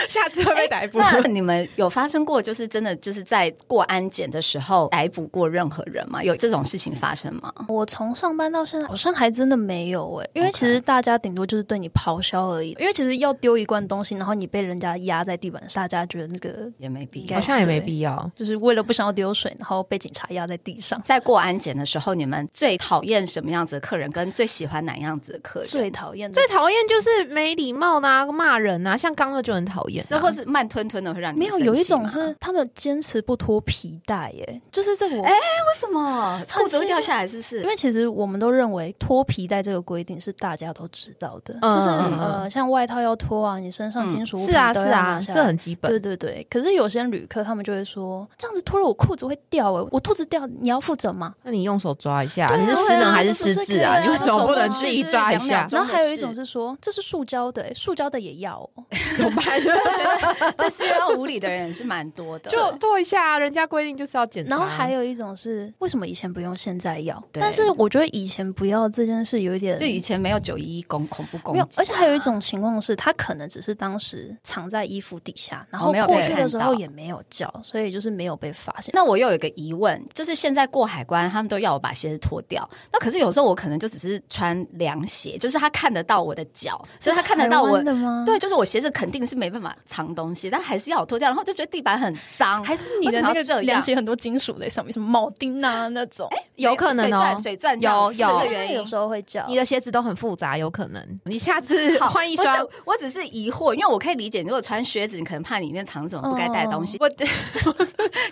[SPEAKER 3] 下次会被逮捕。
[SPEAKER 1] 那你们有发生过就是真的就是在过安检的时候逮捕过任何人吗？有这种事情发生吗？
[SPEAKER 2] 我从上班到现在，好像还真的没有诶、因为
[SPEAKER 1] OK
[SPEAKER 2] 其实大家顶多就是对你咆哮而已。因为其实要丢一罐东西，然后你被人家压在地板上，大家觉得那个
[SPEAKER 1] 也没必
[SPEAKER 2] 应
[SPEAKER 1] 要
[SPEAKER 2] 该
[SPEAKER 3] 好。像也没必要。
[SPEAKER 2] 就是为了不想要丢水，然后被警察压在地上。
[SPEAKER 1] 在过安检的时候，你们最讨厌什么样子的客人，跟最喜欢哪样子的客人？
[SPEAKER 2] 最讨厌的
[SPEAKER 3] 最讨厌就是没礼貌的、啊、骂人啊，像刚刚就很讨厌、
[SPEAKER 1] 那或是慢吞吞的会让你
[SPEAKER 2] 没有
[SPEAKER 1] 生气
[SPEAKER 2] 有一种
[SPEAKER 1] 吗
[SPEAKER 2] 是他们坚持不脱皮带耶，就是这我。
[SPEAKER 1] 哎为什么
[SPEAKER 2] 超
[SPEAKER 1] 裤子
[SPEAKER 2] 气
[SPEAKER 1] 会
[SPEAKER 2] 的
[SPEAKER 1] 掉下来？是不是
[SPEAKER 2] 因？为其实我们都认为脱皮带这个规定是大家都知道的，
[SPEAKER 3] 嗯
[SPEAKER 2] 就是
[SPEAKER 3] 嗯嗯
[SPEAKER 2] 呃，像外套要脱啊，你身上金属物品
[SPEAKER 3] 是啊
[SPEAKER 2] 都要
[SPEAKER 3] 是啊，
[SPEAKER 2] 拿下来
[SPEAKER 3] 这很基本
[SPEAKER 2] 对。对对。可是有些旅客他们就会说，这样子脱了我裤子会掉哎，我肚子掉你要负责吗？
[SPEAKER 3] 那你用手抓一下，
[SPEAKER 2] 对啊
[SPEAKER 3] 你是失能还是失智啊？
[SPEAKER 2] 对啊
[SPEAKER 3] 你为什么不能
[SPEAKER 2] 手抓
[SPEAKER 3] 自己抓一
[SPEAKER 1] 是两？
[SPEAKER 3] 下
[SPEAKER 1] 秒
[SPEAKER 2] 然后还有一
[SPEAKER 1] 真
[SPEAKER 2] 种
[SPEAKER 1] 的是
[SPEAKER 2] 是说这是塑胶的，哎塑胶的也要、哦。
[SPEAKER 3] 怎 么办？
[SPEAKER 1] 这世界上无理的人也是蛮多的，
[SPEAKER 3] 就剁一下，人家规定就是要检查。
[SPEAKER 2] 然后还有一种是为什么以前不用，现在要？
[SPEAKER 1] 对
[SPEAKER 2] 但是我觉得以前不要这件事有一点
[SPEAKER 1] 就以前没有九一一公恐怖攻
[SPEAKER 2] 没
[SPEAKER 1] 击
[SPEAKER 2] 有
[SPEAKER 1] 啊，，
[SPEAKER 2] 而且还有一种情况是，他可能只是当时藏在衣服底下，然后
[SPEAKER 1] 哦没有被
[SPEAKER 2] 过去的时
[SPEAKER 1] 看
[SPEAKER 2] 候
[SPEAKER 1] 到
[SPEAKER 2] 也没有叫，所以就是没有被发现。
[SPEAKER 1] 那我又有一个疑问，就是现在过海关，他们都要我把鞋子脱掉。那可是有时候我可能就只是穿凉鞋，就是他看得到我的脚，所以他看得到
[SPEAKER 2] 台
[SPEAKER 1] 我
[SPEAKER 2] 湾。的吗？
[SPEAKER 1] 对，就是我鞋子肯定是没办法藏东西，但还是要我脱掉，然后就觉得地板很脏，
[SPEAKER 2] 还是你的
[SPEAKER 1] 为什么
[SPEAKER 2] 那
[SPEAKER 1] 要
[SPEAKER 2] 个
[SPEAKER 1] 这
[SPEAKER 2] 凉
[SPEAKER 1] 样
[SPEAKER 2] 鞋很多金属在上面，什么铆钉啊那种，
[SPEAKER 3] 有可能
[SPEAKER 1] 水
[SPEAKER 3] 哦
[SPEAKER 1] 钻，水钻这
[SPEAKER 3] 有
[SPEAKER 1] 样
[SPEAKER 3] 有
[SPEAKER 1] 这个
[SPEAKER 2] 因为
[SPEAKER 1] 原因
[SPEAKER 2] 有。时候会叫
[SPEAKER 3] 你。的鞋子都很复杂，有可能你下次
[SPEAKER 1] 好
[SPEAKER 3] 换一
[SPEAKER 1] 不是
[SPEAKER 3] 双。
[SPEAKER 1] 我只是疑惑，因为我可以理解，你如果穿靴子，你可能怕里面藏什么不该带的东西，
[SPEAKER 3] 我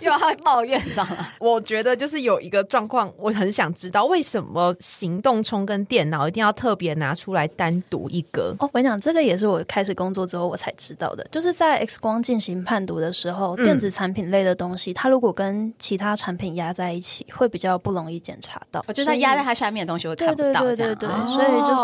[SPEAKER 1] 因为他会抱怨，你知道吗？
[SPEAKER 3] 我觉得就是有一个状况，我很想知道为什么行动充跟电脑一定要特别拿出来单独一格。
[SPEAKER 2] 哦，我跟你讲，这个也是我开始工作之后我才知道的，就是在 X 光进行判读的时候，
[SPEAKER 3] 嗯
[SPEAKER 2] 电子产品类的东西，它如果跟其他产品压在一起，会比较不容易检查到。
[SPEAKER 1] 我觉得他压在
[SPEAKER 2] 所以
[SPEAKER 1] 他下面的东西，我
[SPEAKER 2] 对
[SPEAKER 1] 看不
[SPEAKER 2] 对
[SPEAKER 1] 到
[SPEAKER 2] 对
[SPEAKER 1] 这
[SPEAKER 2] 对
[SPEAKER 1] 样。哦
[SPEAKER 2] 对，所以
[SPEAKER 3] 哦
[SPEAKER 2] 就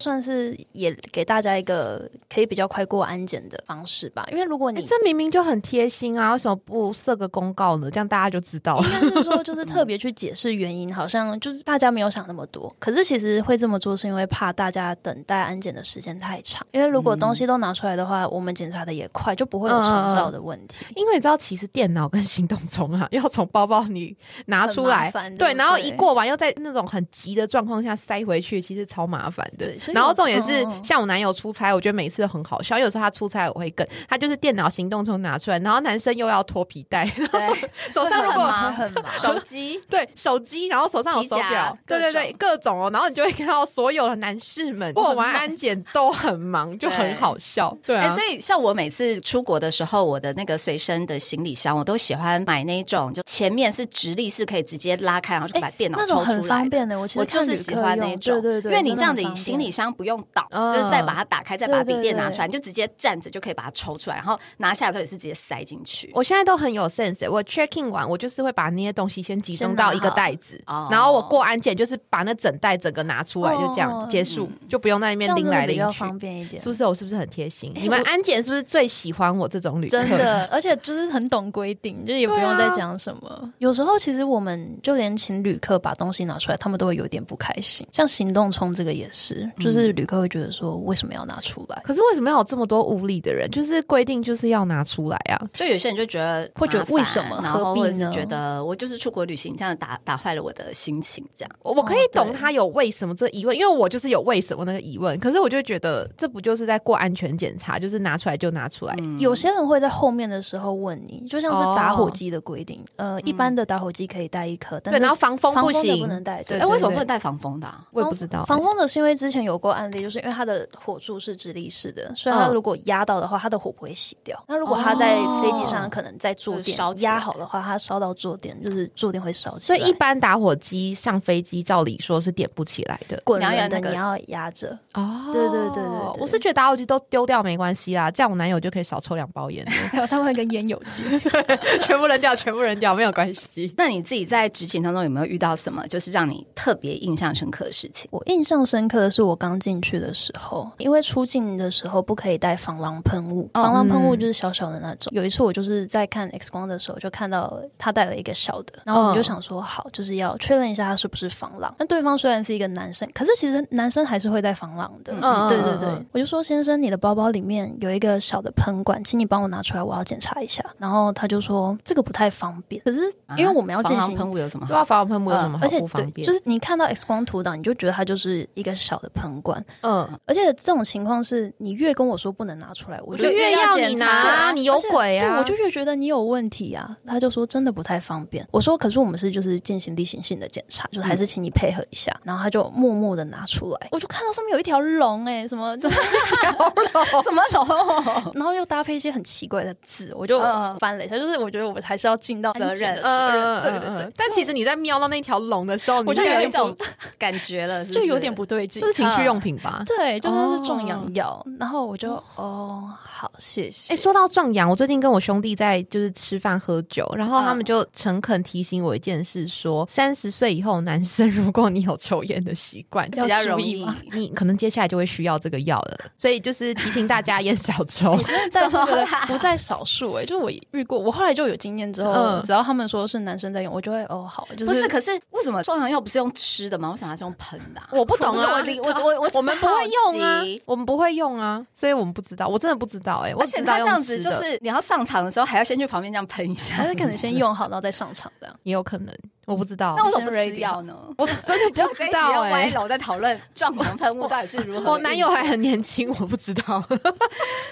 [SPEAKER 2] 是算是也给大家一个可以比较快过安检的方式吧。因为如果
[SPEAKER 3] 哎、
[SPEAKER 2] 你
[SPEAKER 3] 这明明就很贴心啊，为什么不设个公告呢？这样大家就知道
[SPEAKER 2] 应
[SPEAKER 3] 了。
[SPEAKER 2] 该是说，就是特别去解释原因，好像就是大家没有想那么多。可是其实会这么做，是因为怕大家等待安检的时间太长。因为如果
[SPEAKER 1] 嗯
[SPEAKER 2] 东西都拿出来的话，我们检查的也快，就不会有重照的问题。
[SPEAKER 3] 因为你知道，其实电脑跟行动充啊， 要从包包里拿出
[SPEAKER 2] 很
[SPEAKER 3] 来
[SPEAKER 2] 麻，烦
[SPEAKER 3] 对，
[SPEAKER 2] 对不
[SPEAKER 3] 然后一
[SPEAKER 2] 对
[SPEAKER 3] 过完又在那种很急的状况下塞回去，其实超麻烦的
[SPEAKER 2] 对所。以
[SPEAKER 3] 然后
[SPEAKER 2] 我
[SPEAKER 3] 重点是
[SPEAKER 2] 嗯嗯，嗯
[SPEAKER 3] 像我男友出差，我觉得每次都很好笑，因为有时候他出差我会跟他就是电脑行动充拿出来，然后男生又要脱皮带，
[SPEAKER 1] 对，
[SPEAKER 3] 手上如
[SPEAKER 1] 很
[SPEAKER 3] 果
[SPEAKER 1] 麻
[SPEAKER 2] 很麻
[SPEAKER 1] 手机
[SPEAKER 3] 对手机，然后手上有手
[SPEAKER 1] 皮夹
[SPEAKER 3] 表，对对对，各种哦，然后你就会看到所有的男士们过完安检都很忙，就很好笑，对
[SPEAKER 1] 哎、
[SPEAKER 3] 啊
[SPEAKER 1] 所。以像我每次出国的时候，我的那个随身的行李箱，我都喜欢买那种，就前面是直立式，可以直接拉开，然后就把电脑
[SPEAKER 2] 哎那
[SPEAKER 1] 抽
[SPEAKER 2] 种很
[SPEAKER 1] 出来
[SPEAKER 2] 方
[SPEAKER 1] 的。
[SPEAKER 2] 便的，我其
[SPEAKER 1] 我
[SPEAKER 2] 实
[SPEAKER 1] 就
[SPEAKER 2] 看
[SPEAKER 1] 是
[SPEAKER 2] 旅
[SPEAKER 1] 喜
[SPEAKER 2] 客
[SPEAKER 1] 欢那
[SPEAKER 2] 用，
[SPEAKER 1] 种，
[SPEAKER 2] 对对对，
[SPEAKER 1] 因为你这样
[SPEAKER 2] 真
[SPEAKER 1] 子
[SPEAKER 2] 的很方便
[SPEAKER 1] 行李箱不用倒，
[SPEAKER 3] 嗯
[SPEAKER 1] 就是再把它打开，再把
[SPEAKER 2] 对对
[SPEAKER 1] 笔电拿出来，你
[SPEAKER 2] 对
[SPEAKER 1] 就直接站着就可以把它抽出来，然后拿下来之后也是直接塞进去。
[SPEAKER 3] 我现在都很有 sense，我 check in 完，我就是会把那些东西先集中
[SPEAKER 2] 先拿
[SPEAKER 3] 到一个袋子，
[SPEAKER 1] 好哦
[SPEAKER 3] 然后我过安检就是把那整袋整个拿出来，
[SPEAKER 2] 哦
[SPEAKER 3] 就这样
[SPEAKER 2] 哦
[SPEAKER 3] 结束，就不用在那
[SPEAKER 2] 这
[SPEAKER 3] 边
[SPEAKER 2] 样
[SPEAKER 3] 拎
[SPEAKER 2] 真
[SPEAKER 3] 来
[SPEAKER 2] 的
[SPEAKER 3] 拎
[SPEAKER 2] 比较
[SPEAKER 3] 去。
[SPEAKER 2] 方便一点
[SPEAKER 3] 是。不是我是不是很贴心？
[SPEAKER 2] 哎
[SPEAKER 3] 你们
[SPEAKER 2] 我
[SPEAKER 3] 安检是不是最喜欢我这种旅客？
[SPEAKER 2] 真 的，而且就是很懂规定，就也不用再讲什么。啊有时候其实我们就连请旅客把东西拿出来，他们都会有点不开心。像行动充这个也是，就是旅客会觉得说为什么要拿出来？
[SPEAKER 3] 可是为什么要有这么多无理的人？就是规定就是要拿出来啊！
[SPEAKER 1] 就有些人就觉得
[SPEAKER 2] 会觉得
[SPEAKER 1] 麻烦
[SPEAKER 2] 为什么
[SPEAKER 1] 然后
[SPEAKER 2] 何必
[SPEAKER 1] 或
[SPEAKER 2] 呢
[SPEAKER 1] 者是觉得我就是出国旅行，这样打打坏了我的心情，这样。
[SPEAKER 3] 我我可以
[SPEAKER 2] 哦
[SPEAKER 3] 懂
[SPEAKER 2] 对
[SPEAKER 3] 他有为什么这疑问，因为我就是有为什么那个疑问。可是我就觉得这不就是在过安全检查，就是拿出来就拿出来。
[SPEAKER 2] 有些人会在后面的时候问你，就像是
[SPEAKER 3] 哦
[SPEAKER 2] 打火机的规定，呃，一般的打火机可以带一颗，但
[SPEAKER 3] 对，
[SPEAKER 2] 是
[SPEAKER 3] 然后防风
[SPEAKER 2] 防
[SPEAKER 3] 不
[SPEAKER 2] 风的
[SPEAKER 3] 行，
[SPEAKER 2] 不能带。对，
[SPEAKER 1] 哎、
[SPEAKER 2] 对
[SPEAKER 1] 为什么不
[SPEAKER 2] 对
[SPEAKER 1] 能带防风的、啊？
[SPEAKER 3] 我也不知道。欸
[SPEAKER 2] 防风的是因为之前有过案例，就是因为它的火柱是直立式的，所以它
[SPEAKER 3] 嗯哦
[SPEAKER 2] 如果压到的话，它的火不会熄掉。那如果它在飞机上，可能在坐
[SPEAKER 1] 就是
[SPEAKER 2] 垫
[SPEAKER 1] 烧起来
[SPEAKER 2] 压好的话，它烧到坐垫，就是坐垫会烧起
[SPEAKER 3] 所
[SPEAKER 2] 来。
[SPEAKER 3] 以一般打火机上飞机，照理说是点不起来的。
[SPEAKER 2] 滚
[SPEAKER 1] 你要
[SPEAKER 2] 轮
[SPEAKER 1] 有
[SPEAKER 2] 的
[SPEAKER 1] 那个
[SPEAKER 2] 你要压着，
[SPEAKER 3] 哦
[SPEAKER 2] 对对对对对
[SPEAKER 3] 我是觉得打火机都丢掉没关系啦，这样我男友就可以少抽两包烟了，
[SPEAKER 2] 还有它会跟烟有结。
[SPEAKER 3] 全部扔掉，全部扔掉，没有关 系。
[SPEAKER 1] 那你自己在执勤当中有没有遇到什么就是让你特别印象深刻的事情？
[SPEAKER 2] 我印象深刻的是，我刚进去的时候，因为
[SPEAKER 1] 哦嗯
[SPEAKER 2] 出境的时候不可以带防狼喷雾，防狼喷雾就是小小的那种。有一次我就是在看 X 光的时候，就看到他带了一个小的，然后我
[SPEAKER 1] 嗯
[SPEAKER 2] 们就想说，好，就是要确认一下他是不是防狼。那对方虽然是一个男生，可是其实男生还是会带防狼的。
[SPEAKER 1] 嗯
[SPEAKER 2] 嗯，对
[SPEAKER 3] 嗯
[SPEAKER 2] 对
[SPEAKER 3] 嗯嗯
[SPEAKER 2] 对，我就说先生，你的包包里面有一个小的喷管，请你帮我拿出来，我要检查一下。然后他就说这个不太方便，可是
[SPEAKER 3] 啊
[SPEAKER 2] 因为我们要进
[SPEAKER 1] 防狼
[SPEAKER 2] 行
[SPEAKER 1] 喷雾有什么
[SPEAKER 3] 对啊，
[SPEAKER 1] 好？
[SPEAKER 3] 防喷雾有什么
[SPEAKER 2] 呃
[SPEAKER 3] 好
[SPEAKER 2] 而且
[SPEAKER 3] 不方
[SPEAKER 2] 对，
[SPEAKER 3] 便？
[SPEAKER 2] 就是你看到 X 光图档，你就觉得它就是一个小的喷罐，
[SPEAKER 3] 嗯，
[SPEAKER 2] 而且这种情况是你越跟我说不能拿出来，我
[SPEAKER 3] 我
[SPEAKER 2] 就
[SPEAKER 3] 就越要你
[SPEAKER 1] 对
[SPEAKER 3] 拿，
[SPEAKER 1] 啊
[SPEAKER 3] 你有鬼
[SPEAKER 2] 对，
[SPEAKER 3] 啊！
[SPEAKER 2] 我就越觉得你有问题啊。他就说真的不太方便。我说可是我们是就是进行例行性的检查，就还是请你配合一下。然后他就默默的拿出嗯来，我就看到上面有一条龙哎、什 么
[SPEAKER 1] 什么龙？
[SPEAKER 2] 然后又搭配一些很奇怪的字，我就
[SPEAKER 1] 嗯
[SPEAKER 2] 翻了一下，就是我觉得我们还是要尽到
[SPEAKER 1] 责任
[SPEAKER 2] 的责
[SPEAKER 3] 嗯
[SPEAKER 2] 任，对
[SPEAKER 3] 嗯
[SPEAKER 2] 对
[SPEAKER 3] 嗯
[SPEAKER 2] 对
[SPEAKER 3] 嗯，。但其实你在瞄到那条龙的时候，
[SPEAKER 1] 我
[SPEAKER 3] 你
[SPEAKER 1] 就有
[SPEAKER 3] 有
[SPEAKER 1] 一种 感觉了，是不
[SPEAKER 2] 就是有点不对劲
[SPEAKER 3] 这，是情趣用品吧？
[SPEAKER 2] 对，就是它是壮
[SPEAKER 3] 哦
[SPEAKER 2] 阳药，然后我就哦，好，谢谢。
[SPEAKER 3] 哎、说到壮阳，我最近跟我兄弟在就是吃饭喝酒，然后
[SPEAKER 1] 嗯
[SPEAKER 3] 他们就诚恳提醒我一件事说三十岁以后，男生 如果你有抽烟的习惯，
[SPEAKER 1] 比较容
[SPEAKER 2] 要注意
[SPEAKER 1] 易。
[SPEAKER 2] 吗
[SPEAKER 3] 你可能接下来就会需要这个药了。所以就是提醒大家 烟少抽。
[SPEAKER 2] 但是 这个不在少数哎、就是我遇过，我后来就有经验之后，
[SPEAKER 3] 嗯
[SPEAKER 2] 只要他们说是男生在用，我就会哦好，就是
[SPEAKER 1] 不是，可是为什么壮阳药不是用吃的吗？我想它是用喷的啊、
[SPEAKER 3] 我不 懂啊
[SPEAKER 1] 不是我理我我我
[SPEAKER 3] 我们不会用啊
[SPEAKER 1] 好奇，
[SPEAKER 3] 我们不会用啊，所以我们不知道，我真的不知道哎、我
[SPEAKER 1] 而
[SPEAKER 3] 只
[SPEAKER 1] 且
[SPEAKER 3] 知
[SPEAKER 1] 他这
[SPEAKER 3] 道用
[SPEAKER 1] 样子
[SPEAKER 3] 吃
[SPEAKER 1] 就
[SPEAKER 3] 的
[SPEAKER 1] 是你要上场的时候，还要先去旁边这样喷一下，
[SPEAKER 2] 还是可能
[SPEAKER 1] 是
[SPEAKER 2] 先用好，然后再上场这样。
[SPEAKER 3] 也有可能，我不知道。
[SPEAKER 1] 那为什么不
[SPEAKER 2] 先
[SPEAKER 1] 吃
[SPEAKER 2] ready
[SPEAKER 1] 药呢？
[SPEAKER 3] 我真的 不
[SPEAKER 1] 这一
[SPEAKER 3] 知
[SPEAKER 1] 集
[SPEAKER 3] 道
[SPEAKER 1] 要
[SPEAKER 3] 哎、
[SPEAKER 1] 歪楼在讨论 壮阳喷雾到底是如何运作。
[SPEAKER 3] 我男友欸还很年轻，我不知 道。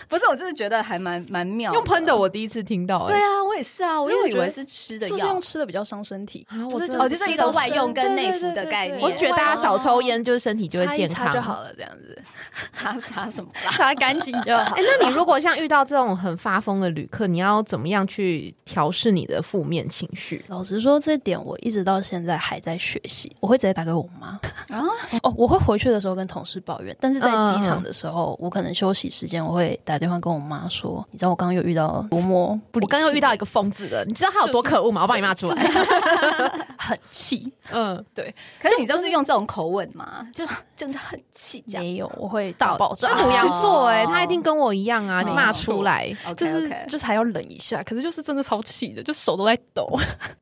[SPEAKER 1] 不是，我真的觉得还蛮蛮妙。
[SPEAKER 3] 用喷的，我第一次听到、欸。
[SPEAKER 1] 对啊，我也是啊，我
[SPEAKER 2] 因
[SPEAKER 1] 又
[SPEAKER 2] 为我
[SPEAKER 1] 以
[SPEAKER 2] 觉得
[SPEAKER 1] 为是吃的
[SPEAKER 2] 是不是
[SPEAKER 1] 药
[SPEAKER 2] 用。吃的比较伤身体？
[SPEAKER 3] 啊我
[SPEAKER 2] 就是
[SPEAKER 3] 真的
[SPEAKER 1] 哦，就是一个外用跟内服的概念，
[SPEAKER 2] 对
[SPEAKER 3] 我觉得大家少抽烟，就是身体就
[SPEAKER 2] 擦
[SPEAKER 3] 会
[SPEAKER 2] 一
[SPEAKER 3] 健
[SPEAKER 2] 擦
[SPEAKER 3] 康
[SPEAKER 2] 就。好了，这样子
[SPEAKER 1] 擦擦什么 啦？
[SPEAKER 2] 擦干净就好
[SPEAKER 3] 哎、。那你如果像遇到这种很发疯的旅客，你要怎么样去调试你的负面情绪？
[SPEAKER 2] 老实说，这点我一直到现在还在学习。我会直接打给我妈
[SPEAKER 1] 啊
[SPEAKER 2] 啊，哦，我会回去的时候跟同事抱怨，但是在
[SPEAKER 3] 嗯
[SPEAKER 2] 机场的时候，我可能休息时间，我会打电话跟我妈说，你知道我刚刚有遇到多么不
[SPEAKER 3] 我
[SPEAKER 2] 理性，
[SPEAKER 3] 刚刚遇到一个疯子了，你知道他有多可恶吗？我把你骂出来。
[SPEAKER 2] 很气，
[SPEAKER 3] 嗯，
[SPEAKER 1] 可是你都是用这种口吻嘛，就真的很气这样。
[SPEAKER 2] 没有，我会大爆炸
[SPEAKER 3] 他。母羊座哎、
[SPEAKER 1] 哦
[SPEAKER 3] 他一定跟我一样啊，你
[SPEAKER 1] 没
[SPEAKER 3] 骂
[SPEAKER 1] 错
[SPEAKER 3] 出来。
[SPEAKER 1] OK
[SPEAKER 2] 就是
[SPEAKER 1] OK，
[SPEAKER 2] 就是还要冷一下，可是就是真的超气的，就手都在抖。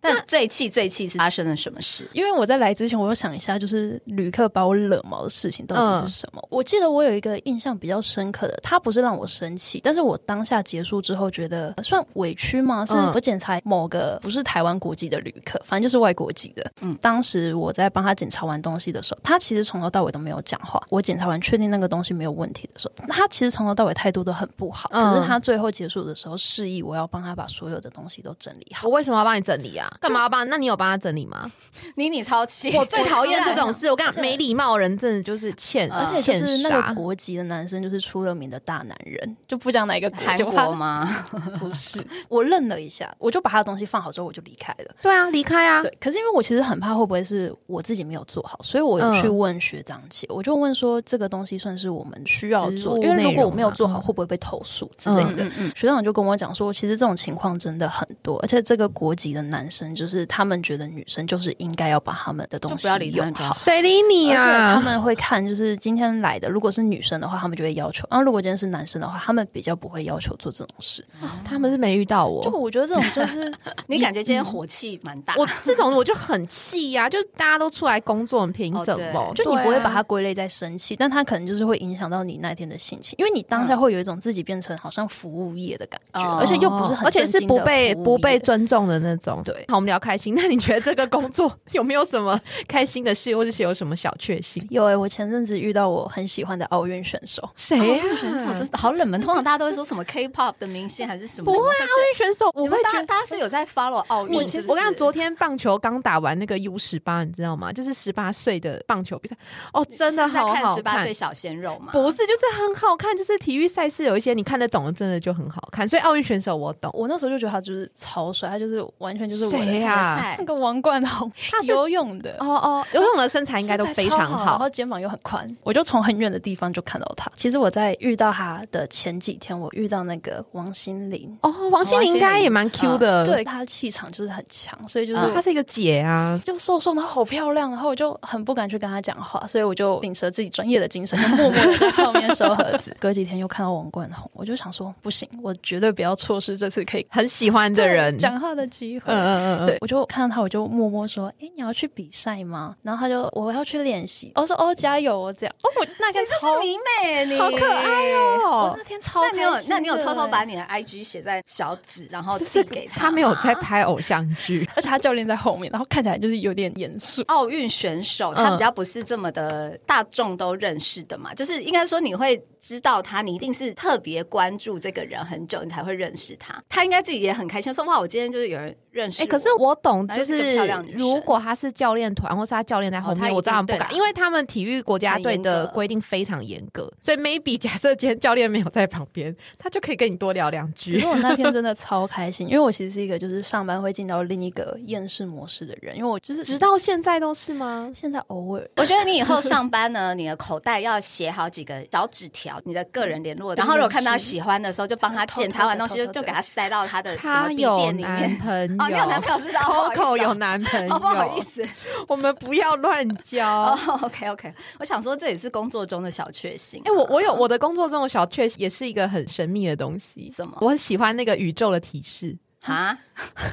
[SPEAKER 1] 但最气最气是发生了什么事？
[SPEAKER 2] 因为我在来之前，我有想一下，就是旅客把我惹毛的事情到底是什么。
[SPEAKER 3] 嗯
[SPEAKER 2] 我记得我有一个印象比较深刻的，他不是让我生气，但是我当下结束之后觉得呃算委屈吗？是
[SPEAKER 3] 嗯
[SPEAKER 2] 我检查某个不是台湾国籍的旅客，反正就是外国籍的。
[SPEAKER 1] 嗯
[SPEAKER 2] 嗯，当时我在帮他检查完东西的时候，他其实从头到尾都没有讲话。我检查完确定那个东西没有问题的时候，他其实从头到尾态度都很不好。
[SPEAKER 3] 嗯
[SPEAKER 2] 可是他最后结束的时候示意我要帮他把所有的东西都整理好
[SPEAKER 3] 我。为什么要帮你整理啊？干嘛要帮？那你有帮他整理吗？
[SPEAKER 1] 你你超气，
[SPEAKER 3] 我最讨厌这种事。我跟你
[SPEAKER 2] 而
[SPEAKER 3] 讲，
[SPEAKER 2] 且
[SPEAKER 3] 没礼貌的人真的就是欠，
[SPEAKER 1] 而
[SPEAKER 2] 而且就
[SPEAKER 3] 欠
[SPEAKER 2] 是那
[SPEAKER 3] 杀
[SPEAKER 2] 个。国籍的男生，就是出了名的大男人，就不讲哪一个国
[SPEAKER 1] 韩
[SPEAKER 2] 籍，我怕
[SPEAKER 1] 国吗？
[SPEAKER 2] 不是。我愣了一下，我就把他的东西放好之后，我就离开了。
[SPEAKER 1] 嗯
[SPEAKER 3] 对啊，离开啊。
[SPEAKER 2] 对，可是因为我其实很怕会不会是我自己没有做好，所以我有去
[SPEAKER 3] 嗯
[SPEAKER 2] 问学长姐，我就问说这个东西算是我们需要
[SPEAKER 3] 职
[SPEAKER 2] 做，
[SPEAKER 3] 务
[SPEAKER 2] 因为
[SPEAKER 3] 内
[SPEAKER 2] 如果我
[SPEAKER 3] 容
[SPEAKER 2] 没有
[SPEAKER 3] 嘛
[SPEAKER 2] 做
[SPEAKER 3] 嗯
[SPEAKER 2] 好，会不会被投诉之类的。
[SPEAKER 1] 嗯嗯，
[SPEAKER 2] 学长就跟我讲说，其实这种情况真的很多，而且这个国籍的男生就是他们觉得女生就是应该要把他们的东
[SPEAKER 1] 就
[SPEAKER 2] 西
[SPEAKER 1] 不要理他
[SPEAKER 2] 用
[SPEAKER 1] 们就好
[SPEAKER 2] 好，
[SPEAKER 3] 谁理你
[SPEAKER 2] 而且他
[SPEAKER 3] 啊？
[SPEAKER 2] 们会看，就是今天来的，如果是女生的话，他们就会要求；然后如果今天是男生的话，他们比较不会要求做这种事。
[SPEAKER 3] 他们是没遇到我
[SPEAKER 2] 就我觉得这种就是
[SPEAKER 1] 你感觉今天火气蛮大，
[SPEAKER 3] 我这种我就很气呀、就大家都出来工作，你凭
[SPEAKER 1] 哦
[SPEAKER 3] 什
[SPEAKER 1] 对
[SPEAKER 3] 么？
[SPEAKER 2] 就你
[SPEAKER 3] 对啊
[SPEAKER 2] 不会把它归类在生气，但它可能就是会影响到你那天的心情，因为你当下会有一种自己变成好像服务业的感觉，
[SPEAKER 1] 哦
[SPEAKER 2] 而且又不是很
[SPEAKER 3] 而且
[SPEAKER 2] 正
[SPEAKER 3] 是
[SPEAKER 2] 经
[SPEAKER 3] 不
[SPEAKER 2] 的
[SPEAKER 3] 被
[SPEAKER 2] 服务
[SPEAKER 3] 不被
[SPEAKER 2] 业
[SPEAKER 3] 尊重的那种。
[SPEAKER 2] 对
[SPEAKER 3] 好，我们聊开心。那你觉得这个工作 有没有什么开心的事，或者是有什么小确幸？
[SPEAKER 2] 有诶、我前阵子遇到我很喜欢的奥运选手，
[SPEAKER 3] 谁
[SPEAKER 1] 啊奥
[SPEAKER 3] 呀、
[SPEAKER 1] 运选手真的哎好冷门，通常大家都会说什么 K-pop 的明星还是什么？
[SPEAKER 3] 不会啊，
[SPEAKER 1] 但是
[SPEAKER 3] 奥运选手，我
[SPEAKER 1] 你
[SPEAKER 3] 会
[SPEAKER 1] 们
[SPEAKER 3] 觉
[SPEAKER 1] 大
[SPEAKER 3] 得。
[SPEAKER 1] 大家是有在 follow 奥运
[SPEAKER 3] 我，
[SPEAKER 1] 是不是
[SPEAKER 3] 我跟你讲，昨天棒球刚打完那个 U 十八，你知道吗？就是十八岁的棒球比赛，哦，真的
[SPEAKER 1] 是在
[SPEAKER 3] 好
[SPEAKER 1] 看
[SPEAKER 3] 好
[SPEAKER 1] 十八
[SPEAKER 3] 看
[SPEAKER 1] 岁。小鲜肉嘛？
[SPEAKER 3] 不是，就是很好看，就是体育赛事有一些你看得懂的，真的就很好看。所以奥运选手我懂，
[SPEAKER 2] 我那时候就觉得他就是超帅，他就是完全就是我的
[SPEAKER 3] 谁
[SPEAKER 2] 菜
[SPEAKER 3] 呀
[SPEAKER 1] 菜
[SPEAKER 2] 那个王冠宏，
[SPEAKER 3] 他是
[SPEAKER 2] 游泳的。
[SPEAKER 3] 哦哦，游泳的身材应该都非常
[SPEAKER 2] 身材超好，然
[SPEAKER 3] 好
[SPEAKER 2] 后肩膀又很宽，我就从很远的地方就看到他。其实我在遇到他的前几天，我遇到那个王心凌，
[SPEAKER 3] 哦。王心凌应该也蛮 Q 的，
[SPEAKER 2] 对，她的气场就是很强，所以就是
[SPEAKER 1] 嗯
[SPEAKER 3] 她是一个姐啊。
[SPEAKER 2] 就瘦瘦，然后好漂亮，然后我就很不敢去跟她讲话，所以我就秉持自己专业的精神，就默默的在后面收盒 子。隔几天又看到王冠宏，我就想说，不行，我绝对不要错失这次可以
[SPEAKER 3] 很喜欢的人，
[SPEAKER 2] 讲话的机会。
[SPEAKER 3] 嗯嗯嗯，嗯
[SPEAKER 2] 对，，我就看到他，我就默默说：“哎、你要去比赛吗？”然后他就：“我要去练习。”我说：“哦，加油！”我这样。哦，我那天超，
[SPEAKER 1] 迷妹，你
[SPEAKER 3] 好可爱。哦
[SPEAKER 2] 我。那天超
[SPEAKER 1] 那
[SPEAKER 2] 开
[SPEAKER 1] 你
[SPEAKER 2] 心
[SPEAKER 1] 有
[SPEAKER 2] 的
[SPEAKER 1] 那你有偷偷把你的 IG 写在小 纸，然后
[SPEAKER 3] 就
[SPEAKER 1] 寄
[SPEAKER 3] 是
[SPEAKER 1] 给
[SPEAKER 3] 欸他
[SPEAKER 1] 他啊
[SPEAKER 3] 没有
[SPEAKER 1] 吗
[SPEAKER 3] 在拍偶像剧，
[SPEAKER 2] 而且他教练在后面，然后看起来就是有点严肃。
[SPEAKER 1] 奥运选手，
[SPEAKER 3] 嗯
[SPEAKER 1] 他比较不是这么的大众都认识的嘛，就是应该说你会知道他，你一定是特别关注这个人很久，你才会认识他。他应该自己也很开心，说哇，我今天就是有人认识
[SPEAKER 3] 哎、
[SPEAKER 1] 我。
[SPEAKER 3] 可是我懂，
[SPEAKER 1] 那
[SPEAKER 3] 就
[SPEAKER 1] 就是一个
[SPEAKER 3] 是
[SPEAKER 1] 漂亮女生
[SPEAKER 3] 如果他是教练团，或是他教练在后
[SPEAKER 1] 哦他
[SPEAKER 3] 面，
[SPEAKER 1] 一定
[SPEAKER 3] 我当然不敢，
[SPEAKER 1] 对啦
[SPEAKER 3] 因为他们体育国家队
[SPEAKER 1] 很
[SPEAKER 3] 的
[SPEAKER 1] 严格
[SPEAKER 3] 规定非常严格，所以 maybe 假设今天教练没有在旁边，他就可以跟你多聊两
[SPEAKER 2] 可
[SPEAKER 3] 句
[SPEAKER 2] 是。我那天真的超开心，因为我其实是一个就是上班会进到另一个厌世模式的人，因为我就是
[SPEAKER 3] 直到现在都是吗？
[SPEAKER 2] 现在偶尔
[SPEAKER 1] 我觉得你以后上班呢，你的口袋要写好几个小纸条，你的个人联络，然后如果看到喜欢的时候，就帮他检查完东西，就就给他塞到他的什么
[SPEAKER 3] 他
[SPEAKER 1] 笔
[SPEAKER 3] 有
[SPEAKER 1] 电里
[SPEAKER 3] 男
[SPEAKER 1] 面。
[SPEAKER 3] 朋友，
[SPEAKER 1] 哦，你有男朋友是不是？哦不好
[SPEAKER 3] Coco
[SPEAKER 1] 意思啊
[SPEAKER 3] 有男朋友，
[SPEAKER 1] 好不好意思？
[SPEAKER 3] 我们不要乱交。
[SPEAKER 1] 哦，OK OK，我想说这也是工作中的小确幸。啊
[SPEAKER 3] 哎、我我有我的工作中的小确也是一个很神秘的东西。
[SPEAKER 1] 什么
[SPEAKER 3] 我很喜欢那个宇宙的提示，
[SPEAKER 1] 啊？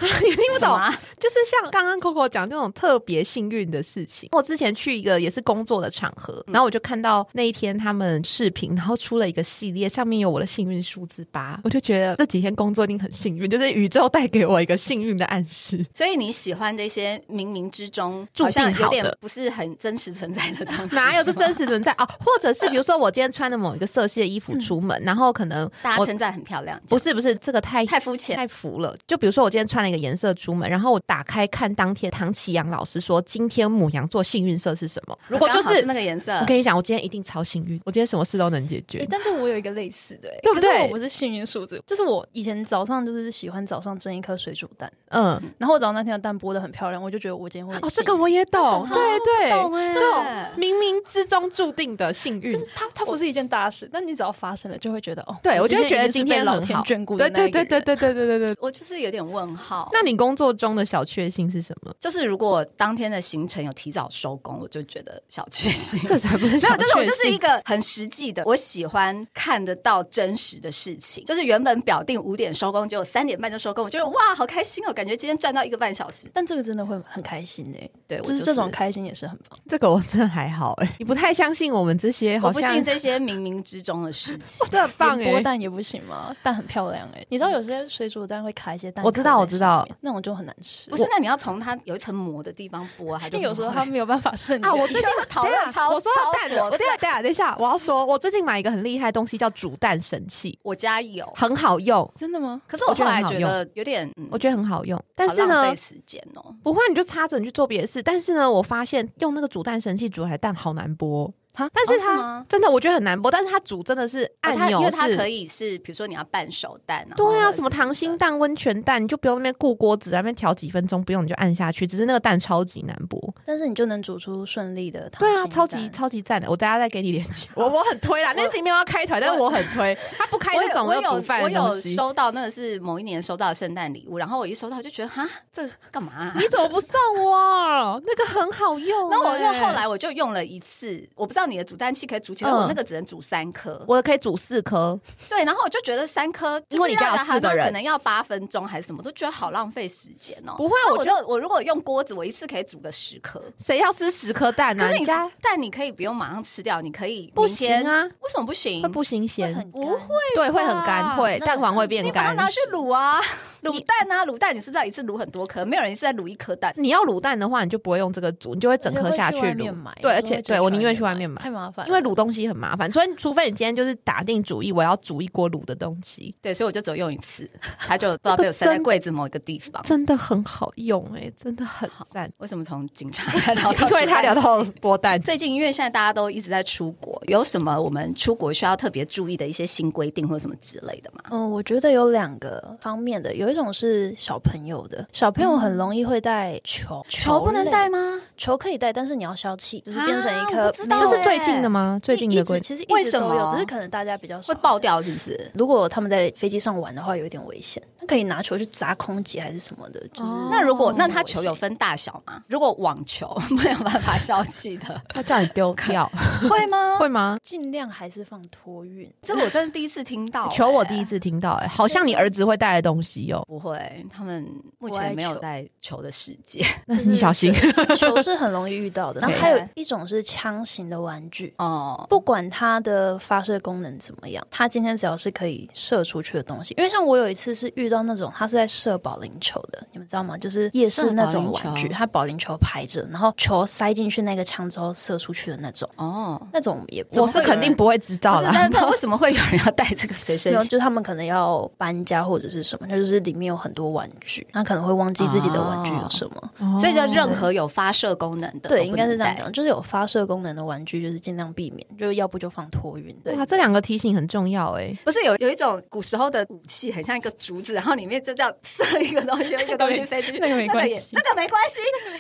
[SPEAKER 3] 你听不
[SPEAKER 1] 什么
[SPEAKER 3] 懂？
[SPEAKER 1] 啊
[SPEAKER 3] 就是像刚刚 Coco 讲那种特别幸运的事情。我之前去一个也是工作的场合，
[SPEAKER 1] 嗯
[SPEAKER 3] 然后我就看到那一天他们视频，然后出了一个系列，上面有我的幸运数字八，我就觉得这几天工作一定很幸运，就是宇宙带给我一个幸运的暗 示。
[SPEAKER 1] 所以你喜欢这些冥冥之中
[SPEAKER 3] 注定
[SPEAKER 1] 好像有
[SPEAKER 3] 好
[SPEAKER 1] 点
[SPEAKER 3] 的
[SPEAKER 1] 不是很真实存在的 东西？
[SPEAKER 3] 哪有这
[SPEAKER 1] 是吗
[SPEAKER 3] 真？实存在哦？或者是比如说我今天穿的某一个色系的衣
[SPEAKER 1] 嗯
[SPEAKER 3] 服出门，然后可能
[SPEAKER 1] 大家
[SPEAKER 3] 我
[SPEAKER 1] 称赞很漂亮，
[SPEAKER 3] 不是不是这个太
[SPEAKER 1] 太肤浅。
[SPEAKER 3] 太服了。就比如说，我今天穿了一个颜色出门，然后我打开看当天唐启阳老师说今天母羊座幸运色是什 么。如果就
[SPEAKER 1] 刚好
[SPEAKER 3] 是
[SPEAKER 1] 是那个颜色
[SPEAKER 3] 我，跟你讲，我今天一定超幸运，我今天什么事都能解决
[SPEAKER 2] 欸。但是我有一个类似的、欸，
[SPEAKER 3] 对不
[SPEAKER 2] 可是
[SPEAKER 3] 对
[SPEAKER 2] 我不是幸运数字，就是我以前早上就是喜欢早上蒸一颗水煮蛋，
[SPEAKER 3] 嗯，
[SPEAKER 2] 然后我早上那天的蛋剥的很漂亮，我就觉得我今天会很
[SPEAKER 3] 哦，这
[SPEAKER 2] 幸
[SPEAKER 3] 个
[SPEAKER 2] 运
[SPEAKER 3] 我也
[SPEAKER 1] 很
[SPEAKER 3] 懂，
[SPEAKER 1] 好
[SPEAKER 3] 对对，
[SPEAKER 1] 懂哎
[SPEAKER 3] 这种冥冥之中注定的幸运。
[SPEAKER 2] 就是它它不是一件大事，但你只要发生了，就会觉得哦，
[SPEAKER 3] 对，我
[SPEAKER 2] 我
[SPEAKER 3] 就会觉得
[SPEAKER 2] 一
[SPEAKER 3] 今
[SPEAKER 2] 定是被
[SPEAKER 3] 天
[SPEAKER 2] 老
[SPEAKER 3] 很
[SPEAKER 2] 天
[SPEAKER 3] 好
[SPEAKER 2] 眷顾的
[SPEAKER 3] 对
[SPEAKER 2] 那一
[SPEAKER 3] 对
[SPEAKER 2] 个
[SPEAKER 3] 对
[SPEAKER 2] 人
[SPEAKER 3] 对对对对对对。
[SPEAKER 1] 我就是有点问号。
[SPEAKER 3] 那你工作中的小确幸是什么？
[SPEAKER 1] 就是如果当天的行程有提早收工，我就觉得小确幸。
[SPEAKER 3] 这才不是
[SPEAKER 1] 没
[SPEAKER 3] 小
[SPEAKER 1] 有，
[SPEAKER 3] 确
[SPEAKER 1] 就是我
[SPEAKER 3] 幸，
[SPEAKER 1] 就是一个很实际的，我喜欢看得到真实的事情。就是原本表定五点收工，结果三点半就收工，我觉得哇，好开心哦，感觉今天赚到一个半小时。
[SPEAKER 2] 但这个真的会很开心诶、
[SPEAKER 1] 对，我
[SPEAKER 2] 就是这种开心也是很棒。
[SPEAKER 3] 这个我真的还好哎、你不太相信我们这些，
[SPEAKER 1] 我
[SPEAKER 3] 好
[SPEAKER 1] 不
[SPEAKER 3] 像。
[SPEAKER 1] 信这些冥冥之中的事情
[SPEAKER 3] 真的很棒哎、
[SPEAKER 2] 连剥蛋也不行吗？蛋很漂亮哎、你知道有些水煮蛋会卡一些蛋，
[SPEAKER 3] 嗯我知道我知道，
[SPEAKER 2] 那种就很难吃。
[SPEAKER 1] 不是，那你要从它有一层膜的地方剥啊，它
[SPEAKER 2] 因
[SPEAKER 1] 就
[SPEAKER 2] 为有时候
[SPEAKER 1] 不会
[SPEAKER 2] 它没有办法顺利
[SPEAKER 3] 啊，我
[SPEAKER 1] 最
[SPEAKER 3] 最
[SPEAKER 1] 近
[SPEAKER 3] 近
[SPEAKER 1] 讨论超
[SPEAKER 3] 我说
[SPEAKER 1] 超
[SPEAKER 3] 蛋，
[SPEAKER 1] 琐
[SPEAKER 3] 我等一下等一下等一下，我要说，我最近买一个很厉害的东西，叫煮蛋神器，
[SPEAKER 1] 我家有，
[SPEAKER 3] 很好用，
[SPEAKER 2] 真的吗？
[SPEAKER 1] 可是我
[SPEAKER 3] 我觉
[SPEAKER 1] 后
[SPEAKER 3] 得
[SPEAKER 1] 来
[SPEAKER 3] 很好
[SPEAKER 1] 觉得有点，嗯
[SPEAKER 3] 我觉得很好用。但
[SPEAKER 1] 好
[SPEAKER 3] 是
[SPEAKER 1] 浪
[SPEAKER 3] 呢
[SPEAKER 1] 费，时间哦。
[SPEAKER 3] 不会你就插着你去做别的事。但是呢，我发现用那个煮蛋神器煮出来的蛋好难剥，
[SPEAKER 2] 哈
[SPEAKER 3] 但是
[SPEAKER 1] 哦是
[SPEAKER 3] 它
[SPEAKER 1] 吗
[SPEAKER 3] 真的我觉得很难剥，但是它煮真的是
[SPEAKER 1] 啊
[SPEAKER 3] 按
[SPEAKER 1] 它
[SPEAKER 3] 钮
[SPEAKER 1] 因为它
[SPEAKER 3] 是
[SPEAKER 1] 可以是，比如说你要拌手蛋，然后
[SPEAKER 3] 对
[SPEAKER 1] 或者
[SPEAKER 3] 啊，
[SPEAKER 1] 是
[SPEAKER 3] 什么溏心蛋、温泉蛋，你就不用那边顾锅子，在那边调几分钟，不用你就按下去。只是那个蛋超级难剥，
[SPEAKER 2] 但是你就能煮出顺利的溏
[SPEAKER 3] 对啊，
[SPEAKER 2] 心
[SPEAKER 3] 超级
[SPEAKER 2] 蛋
[SPEAKER 3] 超级赞的。我大家再给你链接， 我我很推啦，那是没有要开团，但是我很推。 他不开
[SPEAKER 1] 我
[SPEAKER 3] 那
[SPEAKER 1] 有
[SPEAKER 3] 种
[SPEAKER 1] 我
[SPEAKER 3] 要煮
[SPEAKER 1] 有
[SPEAKER 3] 饭
[SPEAKER 1] 我
[SPEAKER 3] 的东
[SPEAKER 1] 有
[SPEAKER 3] 西，
[SPEAKER 1] 收到那个是某一年收到的圣诞礼物，然后我一收到就觉得哈，这干嘛啊、
[SPEAKER 3] 你怎么不送我？那个很好用、
[SPEAKER 1] 然后我
[SPEAKER 3] 欸
[SPEAKER 1] 因为后来我就用了一次，我不知道你的煮蛋器可以煮几颗，
[SPEAKER 3] 嗯
[SPEAKER 1] 我那个只能煮三颗。
[SPEAKER 3] 我可以煮四颗，
[SPEAKER 1] 对，然后我就觉得三颗，
[SPEAKER 3] 因为你家有
[SPEAKER 1] 就是要
[SPEAKER 3] 四个
[SPEAKER 1] 它
[SPEAKER 3] 人
[SPEAKER 1] 可能要八分钟还是什么，都觉得好浪费时间哦。
[SPEAKER 3] 不会啊
[SPEAKER 1] 那
[SPEAKER 3] 我
[SPEAKER 1] 我
[SPEAKER 3] 觉
[SPEAKER 1] 就我如果用锅子，我一次可以煮个十颗。
[SPEAKER 3] 谁要吃十颗蛋呢、
[SPEAKER 1] 可
[SPEAKER 3] 啊？
[SPEAKER 1] 是
[SPEAKER 3] 你
[SPEAKER 1] 你
[SPEAKER 3] 家
[SPEAKER 1] 但你可以不用马上吃掉，你可以
[SPEAKER 3] 不
[SPEAKER 1] 明天
[SPEAKER 3] 行，啊，
[SPEAKER 1] 为什么不行？
[SPEAKER 3] 会不新鲜
[SPEAKER 2] 会，很
[SPEAKER 1] 不
[SPEAKER 2] 干
[SPEAKER 1] 会，
[SPEAKER 3] 对，会很干，会
[SPEAKER 2] 那
[SPEAKER 3] 蛋黄会变
[SPEAKER 1] 你把它
[SPEAKER 3] 干。
[SPEAKER 1] 拿去卤啊，卤蛋啊，卤蛋，你是不是要一次卤很多颗？没有人一次在卤一颗蛋。
[SPEAKER 3] 你要卤蛋的话，你就不会用这个煮，你就会整颗下
[SPEAKER 2] 去
[SPEAKER 3] 卤。对，而且对我宁愿去外面买，
[SPEAKER 2] 太麻烦了，
[SPEAKER 3] 因为卤东西很麻烦，所以除非你今天就是打定主意，我要煮一锅卤的东西，
[SPEAKER 1] 对，所以我就只有用一次，它就不知道被我塞在柜子某一个地方。
[SPEAKER 3] 真的很好用哎、真的很赞。
[SPEAKER 1] 为什么从警察聊 到
[SPEAKER 3] 因为他聊
[SPEAKER 1] 煮蛋器
[SPEAKER 3] 到波蛋，
[SPEAKER 1] 最近，因为现在大家都一直在出国，有什么我们出国需要特别注意的一些新规定或什么之类的吗？
[SPEAKER 2] 嗯，我觉得有两个方面的，有一一种是小朋友的，小朋友很容易会带嗯球，
[SPEAKER 1] 球不能
[SPEAKER 2] 类
[SPEAKER 1] 带，吗？
[SPEAKER 2] 球可以带，但是你要消气，就是变成
[SPEAKER 1] 啊
[SPEAKER 2] 一
[SPEAKER 1] 我
[SPEAKER 2] 颗
[SPEAKER 1] 不知
[SPEAKER 2] 没
[SPEAKER 1] 道
[SPEAKER 2] 有，
[SPEAKER 3] 这
[SPEAKER 1] 欸
[SPEAKER 3] 是最近的吗？最近
[SPEAKER 2] 哎一
[SPEAKER 3] 的
[SPEAKER 2] 直
[SPEAKER 3] 规
[SPEAKER 2] 其实一
[SPEAKER 1] 为
[SPEAKER 2] 直
[SPEAKER 1] 什
[SPEAKER 2] 都有，
[SPEAKER 1] 么
[SPEAKER 2] 只是可能大家比较啊少
[SPEAKER 1] 会爆。掉是不是？
[SPEAKER 2] 如果他们在飞机上玩的话，有一点危险，那可以拿球去砸空姐还是什么的，就是、
[SPEAKER 3] 哦
[SPEAKER 1] 那如果
[SPEAKER 2] 嗯
[SPEAKER 1] 那
[SPEAKER 2] 有
[SPEAKER 1] 它
[SPEAKER 2] 危
[SPEAKER 1] 球
[SPEAKER 2] 险
[SPEAKER 1] 有分大小吗？如果网球 没有办法消气的，
[SPEAKER 3] 他叫你丢 掉，
[SPEAKER 1] 会吗？
[SPEAKER 3] 会吗？
[SPEAKER 2] 尽量还是放托 运。
[SPEAKER 1] 这个我真是第一次听 到、
[SPEAKER 3] 球我
[SPEAKER 1] 欸
[SPEAKER 3] 第一次听到、哎，好像你儿子会带的东西哦、
[SPEAKER 1] 不会，他们目
[SPEAKER 2] 不爱
[SPEAKER 1] 前没有
[SPEAKER 2] 球
[SPEAKER 1] 在球的世界
[SPEAKER 3] 那
[SPEAKER 2] 就是
[SPEAKER 3] 你小 心。
[SPEAKER 2] 球是很容易遇 到的。然后
[SPEAKER 1] Okay
[SPEAKER 2] 还有一种是枪型的玩具，
[SPEAKER 1] 哦。
[SPEAKER 2] 不管它的发射功能怎么样，它今天只要是可以射出去的东西。因为像我有一次是遇到那种，它是在射保龄球的，你们知道吗？就是夜市那种玩
[SPEAKER 1] 射保
[SPEAKER 2] 具，
[SPEAKER 1] 龄球
[SPEAKER 2] 它保龄球排着，然后球塞进去那个枪之后射出去的那种，
[SPEAKER 1] 哦，
[SPEAKER 2] 那种也
[SPEAKER 3] 我是肯定。不会知
[SPEAKER 1] 不
[SPEAKER 3] 道
[SPEAKER 1] 是，
[SPEAKER 3] 啦。
[SPEAKER 1] 但但为什么会有人要带这个随身
[SPEAKER 2] 没有，
[SPEAKER 1] 携
[SPEAKER 2] 就是他们可能要搬家或者是什么，它就是里面有很多玩具，他可能会忘记自己的玩具有什么。
[SPEAKER 3] 哦
[SPEAKER 1] 所以就
[SPEAKER 3] 就
[SPEAKER 1] 任何有发射功能的，
[SPEAKER 2] 对，应该是这样。讲，就是有发射功能的玩具，就是尽量避免，就是要不就放托运。对，
[SPEAKER 3] 哇，这两个提醒很重要哎、
[SPEAKER 1] 不是有有一种古时候的武器，很像一个竹子，然后里面就这样射一个东西，一个东西飞出去，
[SPEAKER 3] 那个没关系
[SPEAKER 1] 也那个没关系。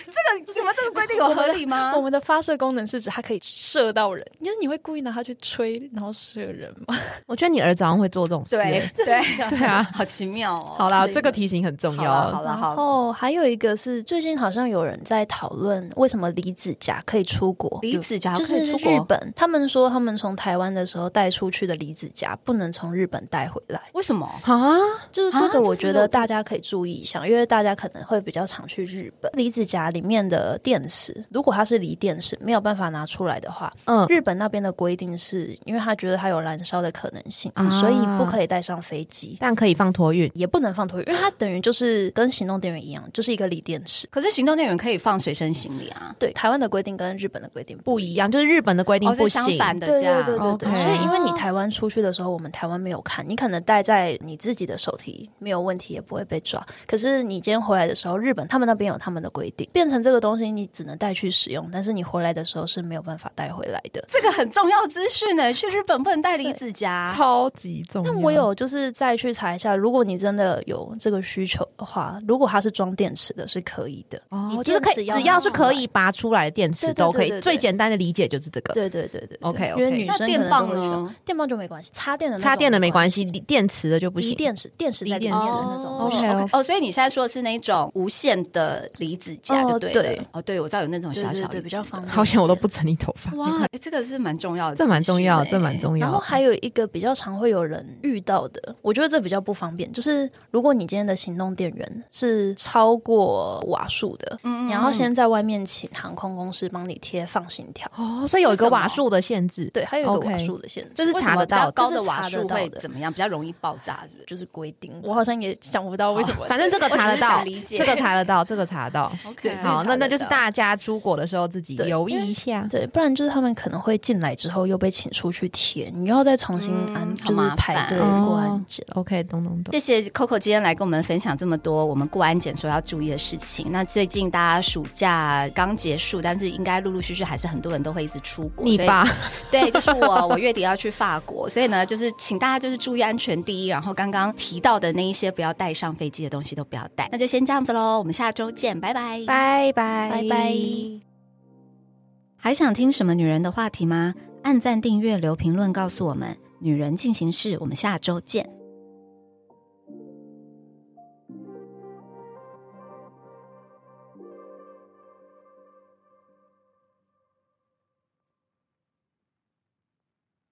[SPEAKER 1] 这个怎么这个规定有合理吗？
[SPEAKER 4] 我们的发射功能是指它可以射到人，就是你会故意拿它去吹，然后射人吗？
[SPEAKER 3] 我觉得你儿子好像会做这种事、
[SPEAKER 1] 对
[SPEAKER 3] 哎
[SPEAKER 1] 对
[SPEAKER 3] 对啊，
[SPEAKER 1] 好奇妙哦。
[SPEAKER 3] 好啦，
[SPEAKER 2] 对
[SPEAKER 3] 这个提醒很重
[SPEAKER 1] 好啦好
[SPEAKER 3] 要。
[SPEAKER 1] 啦
[SPEAKER 3] 哦
[SPEAKER 2] 然
[SPEAKER 1] 好，
[SPEAKER 2] 后还有一个是最近好像有人在讨论为什么离子夹可以出国，
[SPEAKER 1] 离子夹
[SPEAKER 2] 就
[SPEAKER 1] 可
[SPEAKER 2] 是
[SPEAKER 1] 以出
[SPEAKER 2] 日
[SPEAKER 1] 国，
[SPEAKER 2] 本，他们说他们从台湾的时候带出去的离子夹不能从日本带回来，
[SPEAKER 1] 为什么？
[SPEAKER 3] 啊，
[SPEAKER 2] 就是
[SPEAKER 1] 啊
[SPEAKER 2] 这
[SPEAKER 1] 这
[SPEAKER 2] 个我
[SPEAKER 1] 是
[SPEAKER 2] 觉
[SPEAKER 1] 有
[SPEAKER 2] 得
[SPEAKER 1] 这
[SPEAKER 2] 大家可以注意一下，因为大家可能会比较常去日本，离子夹里面的电池，如果它是锂电池没有办法拿出来的话，
[SPEAKER 3] 嗯，
[SPEAKER 2] 日本那边的规定是因为他觉得它有燃烧的可能性，
[SPEAKER 3] 啊
[SPEAKER 2] 所以不可以带上飞机。
[SPEAKER 3] 但可以放托运。
[SPEAKER 2] 也不能放托运，因为它等于就是跟行动电源一样，就是一个锂电池。
[SPEAKER 1] 可是行动电源可以放随身行李啊，
[SPEAKER 2] 对，台湾的规定跟日本的规定
[SPEAKER 3] 不
[SPEAKER 2] 不一
[SPEAKER 3] 一样，就是日本的规定
[SPEAKER 1] 哦
[SPEAKER 3] 不
[SPEAKER 1] 是
[SPEAKER 3] 行。
[SPEAKER 1] 相反
[SPEAKER 2] 样。
[SPEAKER 1] 的
[SPEAKER 2] 对
[SPEAKER 1] 这样
[SPEAKER 2] 对对对对
[SPEAKER 3] OK
[SPEAKER 2] 所以因为你台湾出去的时候，我们台湾没有看，你可能带在你自己的手提没有问题，也不会被抓。可是你今天回来的时候，日本他们那边有他们的规定，变成这个东西你只能带去使用，但是你回来的时候是没有办法带回来的。
[SPEAKER 1] 这个很重要资讯呢。去日本不能带离子夹，
[SPEAKER 3] 超级重要。
[SPEAKER 2] 但我有就是再去查一下，如果你真的有这个需求的话，如果它是装电池的，是可以的。
[SPEAKER 3] 哦，
[SPEAKER 2] 你
[SPEAKER 3] 就是可以，
[SPEAKER 2] 电池要
[SPEAKER 3] 只要是
[SPEAKER 2] 拿出来
[SPEAKER 3] 可以拔出来的电池
[SPEAKER 2] 对对
[SPEAKER 3] 都可
[SPEAKER 2] 对对
[SPEAKER 3] 以。
[SPEAKER 2] 对
[SPEAKER 3] 最简单的理解就是这个。
[SPEAKER 2] 对对对对对
[SPEAKER 3] OK，OK
[SPEAKER 2] 因为女
[SPEAKER 1] 那
[SPEAKER 2] 生可能
[SPEAKER 1] 电棒
[SPEAKER 2] 都会需要
[SPEAKER 1] 呢？
[SPEAKER 2] 电棒就没关系，插电的那种
[SPEAKER 3] 插电的没关系，
[SPEAKER 2] 没
[SPEAKER 3] 锂电池的就不
[SPEAKER 2] 关系，
[SPEAKER 3] 行。
[SPEAKER 2] 锂电池电池在
[SPEAKER 3] 锂
[SPEAKER 2] 里
[SPEAKER 3] 电
[SPEAKER 2] 面
[SPEAKER 3] 池
[SPEAKER 2] 的
[SPEAKER 3] 哦
[SPEAKER 2] 那种
[SPEAKER 1] 哦
[SPEAKER 2] 不行
[SPEAKER 3] OK，OK
[SPEAKER 1] 哦，所以你现在说的是那种无线的离子夹就对
[SPEAKER 2] 哦
[SPEAKER 1] 了
[SPEAKER 2] 对。
[SPEAKER 1] 哦，对，我知道有那种小小
[SPEAKER 2] 对对对
[SPEAKER 1] 一
[SPEAKER 2] 比较
[SPEAKER 1] 只的
[SPEAKER 2] 方便
[SPEAKER 3] 好险，我都不整理头发。
[SPEAKER 1] 哇，诶这个是蛮重要的资
[SPEAKER 3] 这
[SPEAKER 1] 讯欸，
[SPEAKER 3] 蛮重要，这蛮重要。
[SPEAKER 2] 欸然后还有一个比较常会有人遇到的，我觉得这比较不方便，就是如果你今天的行动电源是超过瓦数的，
[SPEAKER 1] 嗯，嗯
[SPEAKER 2] 你要先在外面请航空公司帮你贴放行条。
[SPEAKER 3] 哦，所以有一
[SPEAKER 1] 是
[SPEAKER 3] 个
[SPEAKER 1] 什么
[SPEAKER 3] 瓦数的限制。
[SPEAKER 2] 对，还有一个
[SPEAKER 3] OK
[SPEAKER 2] 瓦数的限制，
[SPEAKER 3] 这是
[SPEAKER 1] 为什
[SPEAKER 3] 查
[SPEAKER 1] 么
[SPEAKER 3] 得
[SPEAKER 1] 比较
[SPEAKER 3] 到
[SPEAKER 1] 高
[SPEAKER 2] 这
[SPEAKER 1] 的
[SPEAKER 2] 是
[SPEAKER 1] 瓦
[SPEAKER 2] 查得
[SPEAKER 1] 数
[SPEAKER 2] 到
[SPEAKER 1] 会
[SPEAKER 2] 的
[SPEAKER 1] 怎么样？比较容易爆炸，是不是？
[SPEAKER 2] 就是规定，我好像也想不到为什么。
[SPEAKER 3] 反正这个
[SPEAKER 1] 我只
[SPEAKER 3] 查得
[SPEAKER 1] 是想
[SPEAKER 3] 到，
[SPEAKER 1] 理解
[SPEAKER 3] 这个查得到，这个查得 到。
[SPEAKER 1] OK，
[SPEAKER 2] 自己
[SPEAKER 1] 好，
[SPEAKER 3] 好，
[SPEAKER 2] 查
[SPEAKER 3] 那那
[SPEAKER 2] 得
[SPEAKER 3] 就是
[SPEAKER 2] 到
[SPEAKER 3] 大家出国的时候自己
[SPEAKER 2] 对
[SPEAKER 3] 留意
[SPEAKER 2] 因为
[SPEAKER 3] 一下。
[SPEAKER 2] 对，不然就是他们可能会进来之后又被请出去贴，你又要再重新
[SPEAKER 1] 嗯
[SPEAKER 2] 安，
[SPEAKER 1] 好
[SPEAKER 2] 就是
[SPEAKER 1] 麻
[SPEAKER 2] 排
[SPEAKER 1] 烦
[SPEAKER 2] 队
[SPEAKER 3] 哦
[SPEAKER 2] 过安检。
[SPEAKER 3] OK，懂懂懂。
[SPEAKER 1] 谢谢 Coco 今天来跟我们分享这么多我们过安检时候要注意的事情。那最近大家暑假刚结束，但是应该陆陆续续还是很多人都会一直出国。
[SPEAKER 3] 你
[SPEAKER 1] 所以
[SPEAKER 3] 吧，
[SPEAKER 1] 对，就是我，我月底要去法国，所以呢，就是请大家就是注意安全第一，然后刚刚提到的那一些不要带上飞机的东西都不要带。那就先这样子喽，我们下周见，拜拜。
[SPEAKER 3] 拜拜
[SPEAKER 2] 拜拜。
[SPEAKER 1] 还想听什么女人的话题吗？按赞、订阅、留评论，告诉我们。女人进行式，我们下周见。